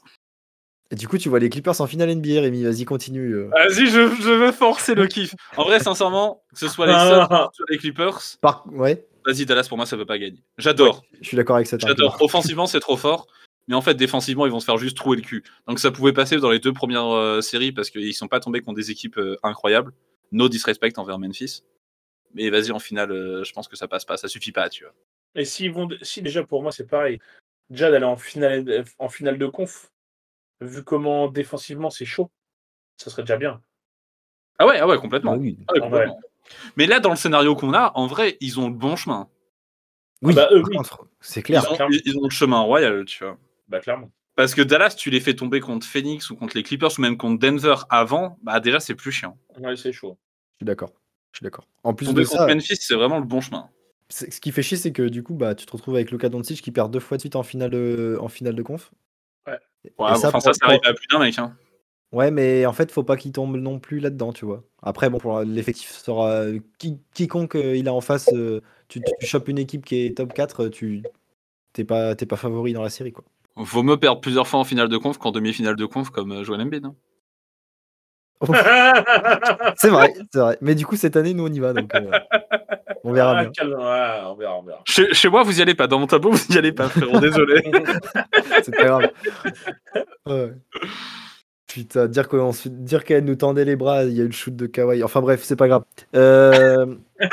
S1: Et du coup, tu vois les Clippers en finale NBA, Rémi. Vas-y, continue. euh.
S2: Vas-y, je, je veux forcer le kiff. Ah. En vrai, sincèrement, que ce
S3: Ah,
S2: soit les Suns, que ce soit les Clippers,
S1: Par... Ouais,
S2: vas-y, Dallas, pour moi, ça peut pas gagner. J'adore.
S1: je suis d'accord avec cette
S2: J'adore. Offensivement, c'est trop fort. Mais en fait, défensivement, ils vont se faire juste trouer le cul. Donc ça pouvait passer dans les deux premières euh, séries parce qu'ils sont pas tombés contre des équipes euh, incroyables. No disrespect envers Memphis. Mais vas-y, en finale, euh, je pense que ça passe pas. Ça suffit pas, tu vois.
S3: Et s'ils vont, si déjà pour moi c'est pareil, déjà d'aller en finale, en finale de conf, vu comment défensivement c'est chaud, ça serait déjà bien.
S2: Ah ouais, ah ouais, complètement.
S1: oui.
S2: Ah ouais,
S3: En
S2: complètement. Mais là, dans le scénario qu'on a, en vrai, ils ont le bon chemin. Ah
S1: Oui,
S3: bah, eux,
S1: par
S3: oui.
S1: contre, c'est
S2: Ils
S1: clair.
S2: ont,
S3: clairement.
S2: ils ont le chemin royal, tu vois.
S3: Bah clairement.
S2: Parce que Dallas, tu les fais tomber contre Phoenix ou contre les Clippers ou même contre Denver avant, bah déjà, c'est plus chiant.
S3: Ouais, c'est chaud.
S1: Je suis d'accord. Je suis d'accord. En plus
S2: Tomber
S1: de
S2: contre
S1: ça,
S2: Memphis, c'est vraiment le bon chemin.
S1: c'est- ce qui fait chier, c'est que du coup, bah, tu te retrouves avec Luka Doncic qui perd deux fois de suite en finale, de- en finale de conf.
S3: Ouais.
S1: Et-
S2: Ouais,
S1: et ça,
S2: enfin,
S1: pour-
S2: ça, ça
S1: pour-
S2: arrive à plus d'un mec. Hein.
S1: Ouais, mais en fait, faut pas qu'il tombe non plus là-dedans, tu vois. Après, bon, pour l'effectif sera qui- quiconque euh, il a en face, euh, tu, tu, tu chopes une équipe qui est top 4, euh, tu t'es pas t'es pas favori dans la série, quoi.
S2: Vaut mieux perdre plusieurs fois en finale de conf qu'en demi-finale de conf comme euh, Joel Embiid. hein.
S3: Ah,
S1: C'est vrai, c'est vrai. Mais du coup, cette année, nous, on y va, donc euh, on verra bien.
S3: calme, ouais, on verra, on verra.
S2: Chez, chez moi, vous y allez pas. Dans mon tableau, vous y allez pas, frérot. Désolé.
S1: C'est pas grave. Ouais. Putain, dire qu'on se- dire qu'elle nous tendait les bras, il y a eu le shoot de Kawhi. Enfin bref, c'est pas grave. Euh...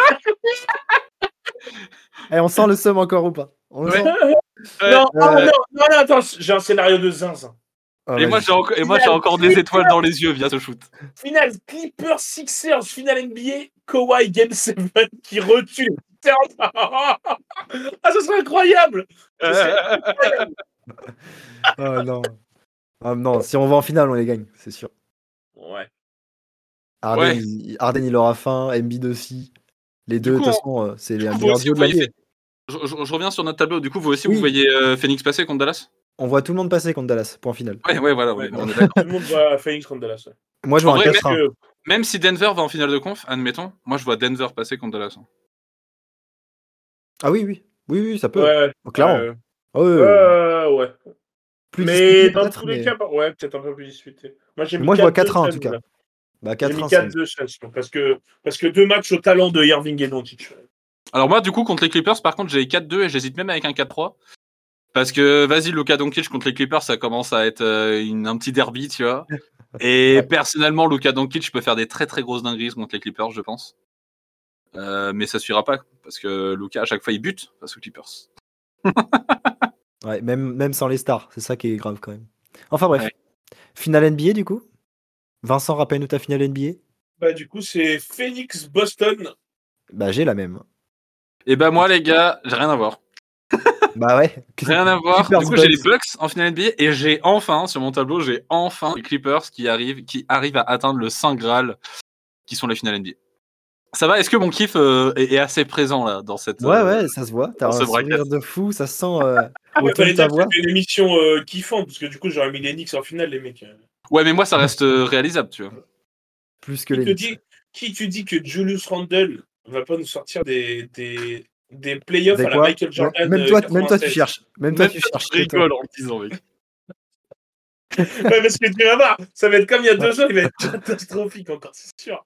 S1: Eh, on sent le seum encore ou pas On le
S2: Ouais.
S1: sent
S3: non, ah,
S1: euh,
S3: non, non, non, attends, j'ai un scénario de zinzin.
S1: Ah,
S2: Et
S1: vas-y.
S2: moi, j'ai encore, et moi, j'ai encore des étoiles dans les yeux via ce shoot.
S3: Finale Clippers Sixers, finale NBA, Kawhi Game 7 qui retue les Sixers. ah, ce serait incroyable!
S2: Euh,
S3: Ce serait
S1: Ah non. Ah non, si on va en finale, on les gagne, c'est sûr.
S3: Ouais.
S1: Harden,
S2: Ouais.
S1: il, Harden, il aura faim, Embiid aussi. Les deux, de
S2: coup,
S1: toute façon, euh, c'est les
S2: vous
S1: un
S2: aussi,
S1: merdier
S2: vous
S1: de la
S2: voyez
S1: ligue.
S2: Je, je- je reviens sur notre tableau. Du coup, vous aussi,
S1: Oui.
S2: vous voyez euh, Phoenix passer contre Dallas
S1: On voit tout le monde passer contre Dallas, point final.
S2: Ouais, ouais, voilà.
S3: Ouais,
S2: on est-
S3: non.
S2: on est d'accord.
S3: Tout le monde voit Phoenix contre Dallas. ouais.
S1: Moi, je
S2: En
S1: vois un hein.
S2: vrai, euh,
S1: 4
S3: Que-
S2: Même si Denver va en finale de conf, admettons, moi, je vois Denver passer contre Dallas. hein.
S1: Ah oui, oui. Oui, oui, ça peut.
S3: Ouais,
S1: Clairement.
S3: euh,
S1: Ah ouais, ouais, ouais.
S3: euh, ouais.
S1: Plus
S3: Mais
S1: discuté,
S3: dans
S1: peut-être,
S3: tous les
S1: mais-
S3: cas, bah, ouais, peut-être un peu plus disputé. Moi, j'ai mis
S1: Moi, je vois
S3: 4-1
S1: 4-1 en
S3: Suns,
S1: tout cas.
S3: là.
S1: Bah,
S3: J'ai mis
S1: 4-1, c'est-
S3: 4-2 Suns, parce que, parce que deux matchs au talent de Irving et Doncic.
S2: Alors, moi, du coup, contre les Clippers, par contre, j'ai 4-2 et j'hésite même avec un 4-3. Parce que, vas-y, Luka Doncic contre les Clippers, ça commence à être euh, une- un petit derby, tu vois. Et personnellement, Luka Doncic peut faire des très très grosses dingueries contre les Clippers, je pense. Euh, mais ça suffira pas, parce que Luka, à chaque fois, il bute face aux Clippers.
S1: ouais, même, même sans les stars, c'est ça qui est grave quand même. Enfin bref.
S2: Ouais.
S1: Finale NBA du coup Vincent, rappelle-nous ta finale NBA
S3: Bah, du coup, c'est Phoenix Boston.
S1: Bah, j'ai la même.
S2: Et ben moi, les gars, j'ai rien à voir.
S1: bah ouais.
S2: Rien à voir.
S1: Clippers
S2: du coup, j'ai les
S1: Bucks.
S2: Bucks en finale NBA et j'ai enfin, sur mon tableau, j'ai enfin les Clippers qui arrivent, qui arrivent à atteindre le Saint Graal, qui sont les finales NBA. Ça va Est-ce que mon kiff euh, est, est assez présent là dans cette
S1: Ouais,
S2: euh,
S1: ouais, ça se voit. T'as
S2: on
S1: un
S2: se braquette.
S1: sourire de fou, ça sent euh,
S3: Ah, ouais,
S1: autour de
S3: fallait
S1: ta
S3: dire que
S1: voix.
S3: c'était une émission euh, kiffante, parce que du coup, j'aurais mis les Knicks en finale, les mecs.
S2: Ouais, mais moi, ça reste euh, réalisable, tu vois.
S1: Plus que
S3: Qui, te
S1: les.
S3: dit, qui tu dis que Julius Randle va pas nous sortir des, des, des playoffs
S1: Des
S3: à la
S1: quoi
S3: Michael Jordan?
S1: même,
S3: euh,
S1: toi, même toi, tu
S3: 96.
S1: cherches. Même toi,
S2: Même
S1: tu
S2: toi,
S1: cherches.
S2: Je rigole en le disant, mec.
S3: Ouais, parce que tu vas voir, ça va être comme il y a deux ans, il va être catastrophique encore, c'est sûr.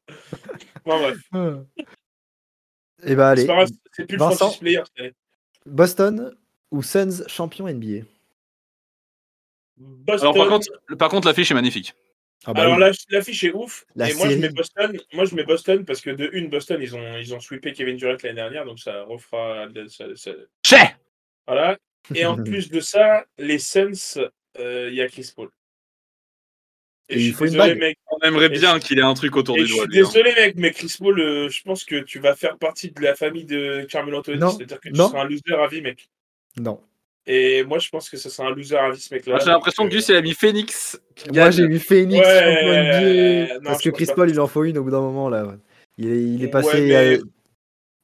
S3: Bon, bah, bref,
S1: Et bah,
S3: c'est
S1: allez.
S3: pas grave, c'est plus le
S1: Vincent.
S3: Francis Player. c'est
S1: Boston ou Suns champion NBA
S3: Boston.
S2: Alors, par contre, par contre l'affiche est magnifique.
S1: Ah
S3: Alors,
S1: oui.
S3: la- l'affiche est ouf.
S1: La
S3: et moi je,
S1: série.
S3: mets Boston, moi, je mets Boston parce que de une, Boston, ils ont, ils ont sweepé Kevin Durant l'année dernière, donc ça refera. ça- ça-
S2: Chez
S3: voilà. Et en plus de ça, les Suns, euh, il y a Chris Paul.
S1: Et
S3: je
S1: il
S3: suis
S1: faut une
S3: désolé,
S1: bague.
S3: mec.
S2: On aimerait
S3: Et
S2: bien
S3: je-
S2: qu'il ait un truc autour
S3: Et
S2: du
S3: je
S2: doigt,
S3: suis
S2: lui. hein.
S3: désolé, mec, mais Chris Paul, euh, je pense que tu vas faire partie de la famille de Carmelo Anthony.
S1: Non.
S3: C'est-à-dire que tu
S1: Non.
S3: seras un loser à vie, mec.
S1: Non.
S3: Et moi, je pense que ça sera un loser à vie, ce mec-là. euh,
S2: Moi, Ah, J'ai l'impression que Gus, il a mis Phoenix. qui
S1: Moi,
S2: gagne.
S1: j'ai eu Phoenix
S3: Ouais,
S1: champion NBA.
S3: non,
S1: parce
S3: je
S1: que
S3: pense
S1: Chris
S3: pas.
S1: Paul, il en faut une au bout d'un moment, là. ouais. Il est, il est
S3: Ouais,
S1: passé.
S3: mais-
S1: euh,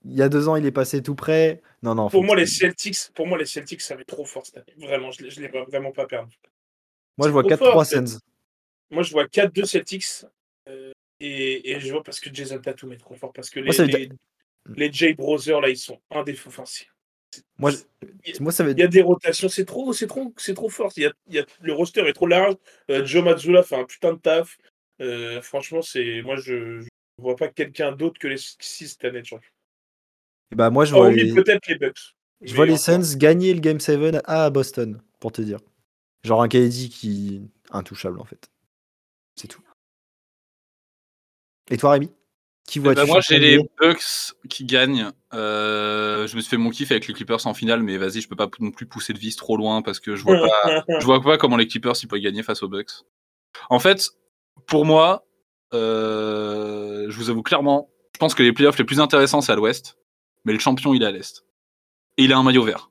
S1: il y a deux ans, il est passé tout près. Non, non.
S3: Pour
S1: faut-
S3: moi, les Celtics, pour moi, les Celtics, ça va être trop fort cette année. Vraiment, je ne l'ai pas- vraiment pas perdu.
S1: Moi, je vois
S3: trop
S1: 4-3
S3: fort, c'est-
S1: Suns.
S3: Moi, je vois 4-2 Celtics. euh, et, et je vois parce que Jason Tatum est trop fort. Parce que les,
S1: Moi, ça veut
S3: les, les Jay Brothers, là, ils sont indéfensables.
S1: Moi, je- moi, ça va
S3: Il
S1: être.
S3: y a des rotations, c'est trop, c'est trop, c'est trop fort. Il y a- il y a- le roster est trop large. Euh, Joe Mazzulla fait un putain de taf. Euh, franchement, c'est moi je, je vois pas quelqu'un d'autre que les six cette année de champion.
S1: Bah, moi, je vois,
S3: Hormis
S1: les...
S3: peut-être les Bucks.
S1: je vois
S3: Mais
S1: les
S3: encore.
S1: Suns gagner le Game 7 à Boston, pour te dire. Genre un KD qui. intouchable, en fait. C'est tout. Et toi, Rémi Qui
S2: Eh
S1: vois-tu
S2: ben, moi, j'ai
S1: champion
S2: les
S1: NBA?
S2: Bucks qui gagnent. Euh, je me suis fait mon kiff avec les Clippers en finale, mais vas-y, je peux pas p- non plus pousser le vice trop loin parce que je vois pas, je vois pas comment les Clippers ils peuvent gagner face aux Bucks. En fait, pour moi, euh, je vous avoue clairement, je pense que les playoffs les plus intéressants c'est à l'Ouest, mais le champion il est à l'Est. Et il a un maillot vert.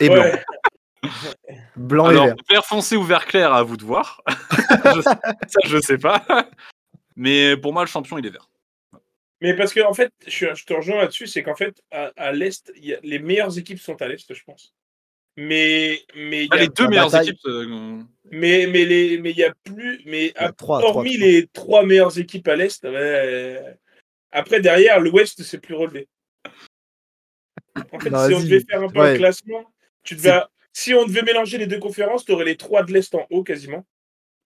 S1: Et blanc.
S3: Ouais.
S1: Blanc et
S2: Alors,
S1: vert.
S2: vert foncé ou vert clair, à vous de voir. Je- ça, je sais pas. Mais pour moi, le champion, il est vert.
S3: Mais parce que en fait, je, suis- je te rejoins là-dessus, c'est qu'en fait, à, à l'Est, il y a- les meilleures équipes sont à l'Est, je pense. Mais mais il y
S2: Ah,
S3: a-
S2: les deux
S1: la
S2: meilleures
S1: bataille.
S2: équipes. euh,
S3: mais mais les mais il y a plus mais à
S1: Ouais, trois, trois,
S3: hormis
S1: trois.
S3: les trois meilleures équipes à l'Est, euh, après derrière l'Ouest c'est plus relevé. En fait,
S1: Non,
S3: si on
S1: vas-y.
S3: devait faire un peu
S1: Ouais.
S3: un classement, tu devais, si on devait mélanger les deux conférences, tu aurais les trois de l'Est en haut quasiment.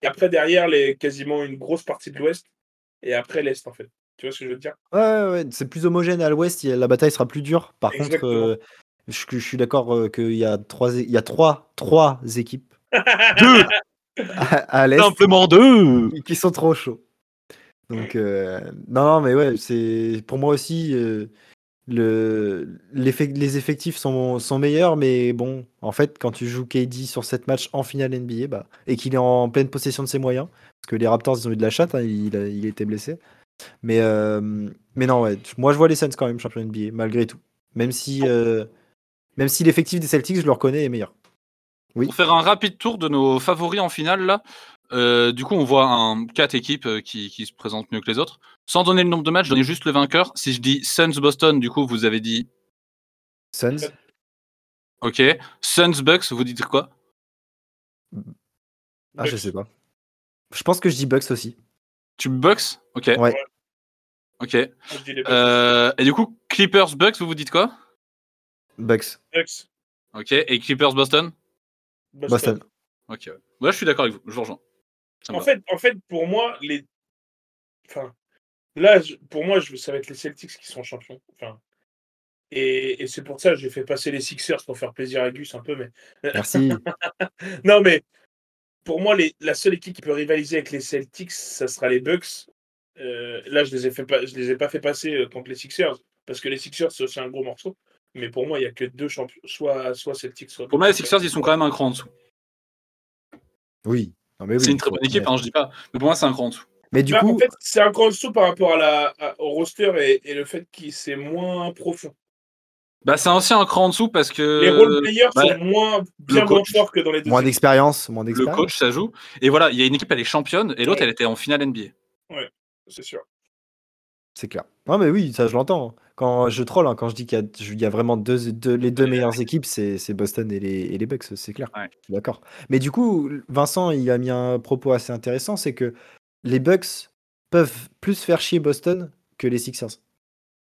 S3: Et après derrière les quasiment une grosse partie de l'Ouest. Et après l'Est en fait. Tu vois ce que je veux dire
S1: Ouais, ouais, ouais, c'est plus homogène à l'ouest, il y a- la bataille sera plus dure. Par
S3: Exactement.
S1: contre, euh, je, je suis d'accord euh, qu'il y a trois, é- il y a trois, trois équipes
S2: Deux
S1: à, à l'est
S2: Simplement deux
S1: qui sont trop chauds. Donc, euh, non, non, mais ouais, c'est pour moi aussi, euh, le, l'effect- les effectifs sont, sont meilleurs, mais bon, en fait, quand tu joues KD sur 7 matchs en finale NBA bah, et qu'il est en pleine possession de ses moyens, parce que les Raptors, ils ont eu de la chatte, hein, il, a- il était blessé. Mais, euh, mais non, ouais, tu- moi, je vois les Suns quand même champion NBA, malgré tout. Même si, euh, même si l'effectif des Celtics, je le reconnais, est meilleur.
S2: Pour faire un rapide tour de nos favoris en finale, là, euh, du coup, on voit un, quatre équipes euh, qui, qui se présentent mieux que les autres. Sans donner le nombre de matchs, donnez juste le vainqueur. Si je dis Suns-Boston, du coup, vous avez dit
S1: Suns,
S2: OK. Suns-Bucks, vous dites quoi
S1: ah, je sais pas. Je pense que je dis Bucks aussi.
S2: Tu Bucks OK.
S1: Ouais.
S2: OK.
S3: Je dis les Bucks.
S2: Euh, et du coup, Clippers-Bucks, vous vous dites quoi
S1: Bucks,
S3: Bucks,
S2: OK. Et Clippers-Boston
S1: Boston.
S3: Boston.
S2: Ok. ouais. Ouais, je suis d'accord avec vous. Je vous rejoins. Ça me
S3: En
S2: va.
S3: fait, en fait, pour moi, les. Enfin, là, je- pour moi, je... ça va être les Celtics qui sont champions. Enfin, et, et c'est pour ça que j'ai fait passer les Sixers pour faire plaisir à Gus un peu. Mais...
S1: Merci.
S3: Non, mais pour moi, les... la seule équipe qui peut rivaliser avec les Celtics, ça sera les Bucks. Euh, là, je les ai fait pas... je les ai pas fait passer euh, contre les Sixers parce que les Sixers, c'est aussi un gros morceau. Mais pour moi, il n'y a que deux champions, soit, soit Celtics, soit.
S2: Pour moi, les Sixers, ils sont quand même un cran en dessous.
S1: Oui. Non, mais Eh oui,
S2: c'est une
S1: il
S2: très
S1: faut-
S2: bonne équipe,
S1: mais-
S2: hein, je dis pas. Mais pour moi, c'est un cran en dessous.
S1: Mais du
S3: Bah,
S1: coup,
S3: En fait, c'est un grand saut par rapport à la, à- au roster et, et le fait qu'il c'est moins profond.
S2: Bah, c'est aussi un cran en dessous parce que
S3: Les role players
S2: bah,
S3: sont moins bien moins
S2: coach.
S3: forts que dans les deux.
S1: moins
S3: équipes.
S1: d'expérience, moins
S2: le
S1: d'expérience.
S2: coach, ça joue. Et voilà, il y a une équipe, elle est championne, et l'autre,
S3: Ouais.
S2: elle était en finale NBA.
S3: c'est sûr.
S1: C'est clair. Non, mais oui, ça, je l'entends. Quand je troll, hein, quand je dis qu'il y, a- il y a vraiment deux, deux- les deux meilleures équipes, c'est c'est Boston et les, et les Bucks, c'est clair.
S2: Ouais.
S1: Je suis D'accord. Mais du coup, Vincent, il a mis un propos assez intéressant, c'est que les Bucks peuvent plus faire chier Boston que les Sixers.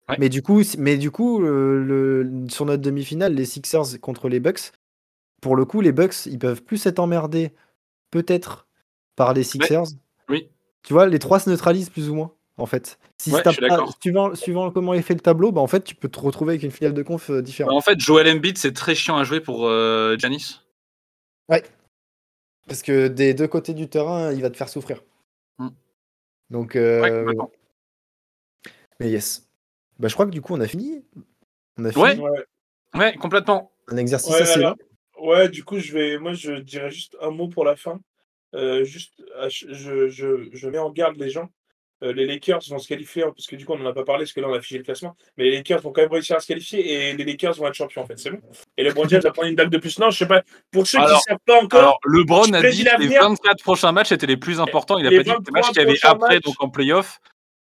S2: Ouais.
S1: Mais du coup, si- mais du coup euh, le- sur notre demi-finale, les Sixers contre les Bucks, pour le coup, les Bucks, ils peuvent plus être emmerdés, peut-être, par les Sixers.
S2: oui.
S1: Tu vois, les trois se neutralisent plus ou moins, en fait. Si
S2: Ouais,
S1: t'as
S2: je suis
S1: pas-
S2: d'accord.
S1: suivant, suivant comment est fait le tableau, bah, en fait, tu peux te retrouver avec une finale de conf euh,
S2: Bah,
S1: différente.
S2: en fait, Joel Embiid, c'est très chiant à jouer pour euh, Giannis.
S1: Parce que des deux côtés du terrain, il va te faire souffrir.
S2: Hmm.
S1: Donc,
S2: Ouais,
S1: euh,
S2: complètement.
S1: mais yes. Bah, je crois que du coup, on a fini. On a fini
S2: Ouais.
S3: Ouais.
S2: Ouais, complètement.
S1: un exercice
S3: Ouais,
S1: assez
S3: alors,
S1: long.
S3: ouais, du coup, je vais, moi, je dirais juste un mot pour la fin. Euh, juste, ah, je, je- je- je mets en garde les gens. Euh, les Lakers vont se qualifier, hein, parce que du coup, on n'en a pas parlé, parce que là, on a figé le classement. Mais les Lakers vont quand même réussir à se qualifier et les Lakers vont être champions, en fait. C'est bon. Et LeBron James va prendre une dame de plus. Non, je sais pas. Pour ceux qui
S2: Alors-
S3: ne savent pas encore,
S2: Alors, LeBron
S3: je
S2: a
S3: prédis
S2: dit que les
S3: l'avenir.
S2: 24 prochains matchs étaient les plus importants. Il a
S3: Les
S2: pas dit que les
S3: 23
S2: matchs qu'il y avait
S3: prochains
S2: après,
S3: matchs.
S2: donc en playoff,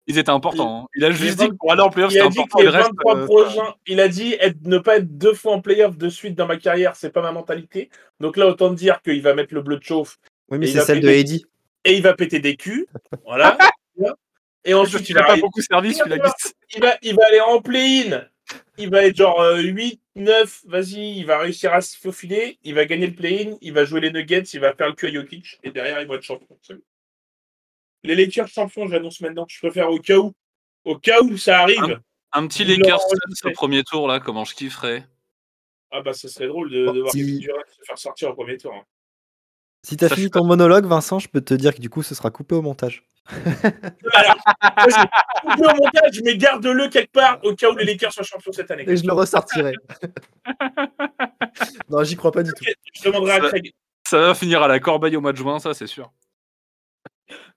S2: ils étaient importants. hein. Il a juste dit
S3: vingt-
S2: que pour aller en playoff,
S3: Il
S2: c'était
S3: a dit
S2: important.
S3: que les
S2: le reste,
S3: 23
S2: euh,
S3: prochains, il a dit être, ne pas être deux fois en playoff de suite dans ma carrière, c'est pas ma mentalité. Donc là, autant dire qu'il va mettre le bleu de chauffe
S1: Oui, mais
S3: Et il
S1: c'est
S3: a
S1: celle
S3: fait
S1: de
S3: des-
S1: Heidi.
S3: et il va péter des culs. Voilà. et ensuite,
S2: il
S3: il
S2: n'a
S3: va,
S2: pas beaucoup servi, celui-là.
S3: il va, il va aller en play-in. Il va être genre 8, 9, vas-y, il va réussir à se faufiler, il va gagner le play-in, il va jouer les Nuggets, il va faire le cul à Jokic, et derrière, il va être champion. C'est bon. Les Lakers champions, j'annonce maintenant. Je préfère au cas où. Au cas où ça
S2: Hein
S3: arrive.
S2: Un petit
S3: Il
S2: Lakers
S3: l'aura
S2: au
S3: enregistré.
S2: premier tour, là, comment je kifferais.
S3: Ah bah, ça serait drôle de, de voir
S1: Si-
S3: Kevin Durant se faire sortir au premier tour. hein.
S1: Si t'as
S2: Ça, je
S1: fini
S2: suis pas-
S1: ton monologue, Vincent, je peux te dire que du coup, ce sera coupé au montage.
S3: Alors, vas-y, coupe-le au montage, mais garde-le quelque part au cas où les Lakers soient champions cette année.
S1: Et je le ressortirai. non, j'y crois pas du tout.
S3: Ok, Je demanderai à
S2: Ça-
S3: Craig.
S2: Ça va finir à la corbeille au mois de juin, ça, c'est sûr.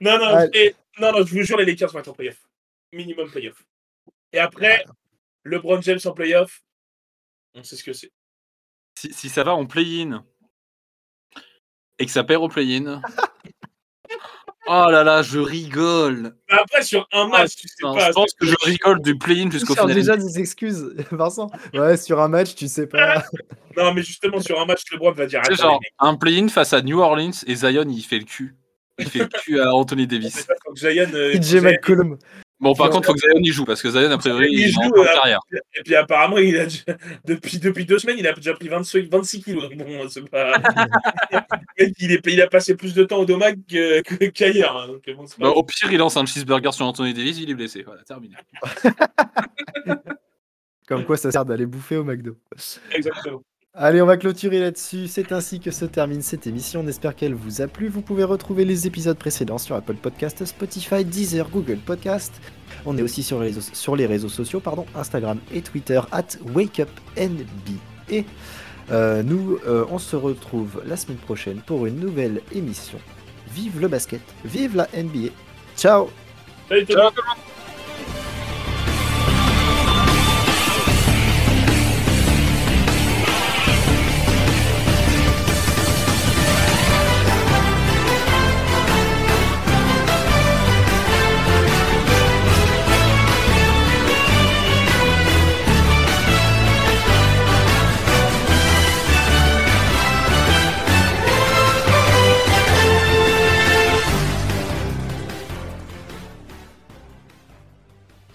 S3: Non, non,
S1: Ouais.
S3: et- non, non, je vous jure, les Lakers vont être en playoff. Minimum playoff. Et après, LeBron James en playoff, on sait ce que c'est.
S2: Si, si ça va en play-in et que ça perd au play-in. oh là là, je rigole.
S3: Mais Après, sur un match, tu sais
S2: Putain,
S3: pas.
S2: Ah, je pense que je rigole du play-in
S1: Je
S2: jusqu'au
S1: cherche
S2: final.
S1: déjà des excuses, Vincent. Ouais, sur un match, tu sais pas.
S3: Non, mais justement, sur un match, LeBron va dire
S2: C'est
S3: Attends,
S2: genre
S3: les mecs,
S2: un play-in face à New Orleans et Zion, il fait le cul. Il fait le cul à Anthony
S3: c'est
S2: Davis.
S3: pas quand Zion, euh,
S1: PJ
S3: Zion-
S1: McCollum.
S2: Bon, par contre, faut que Zion y joue parce que Zion, a priori,
S3: Il
S2: il est
S3: joue,
S2: en fin de
S3: euh,
S2: carrière.
S3: Et puis apparemment, il a déjà- depuis, depuis deux semaines, il a déjà pris 25 26 kilos. Donc Bon, c'est pas. Le mec, il, est, il a passé plus de temps au domac que- que- qu'ailleurs. hein. Donc, bon, c'est pas-
S2: Bah, au pire, il lance un cheeseburger sur Anthony Davis, il est blessé. Voilà, terminé.
S1: Comme quoi, ça sert d'aller bouffer au McDo.
S3: Exactement.
S1: Allez, on va clôturer là-dessus. C'est ainsi que se termine cette émission. On espère qu'elle vous a plu. Vous pouvez retrouver les épisodes précédents sur Apple Podcast, Spotify, Deezer, Google Podcast. On est aussi sur les réseaux, sur les réseaux sociaux, pardon, Instagram et Twitter, at WakeUpNBA. Euh, nous, euh, on se retrouve la semaine prochaine pour une nouvelle émission. Vive le basket, vive la NBA. Ciao
S3: Salut tout le monde.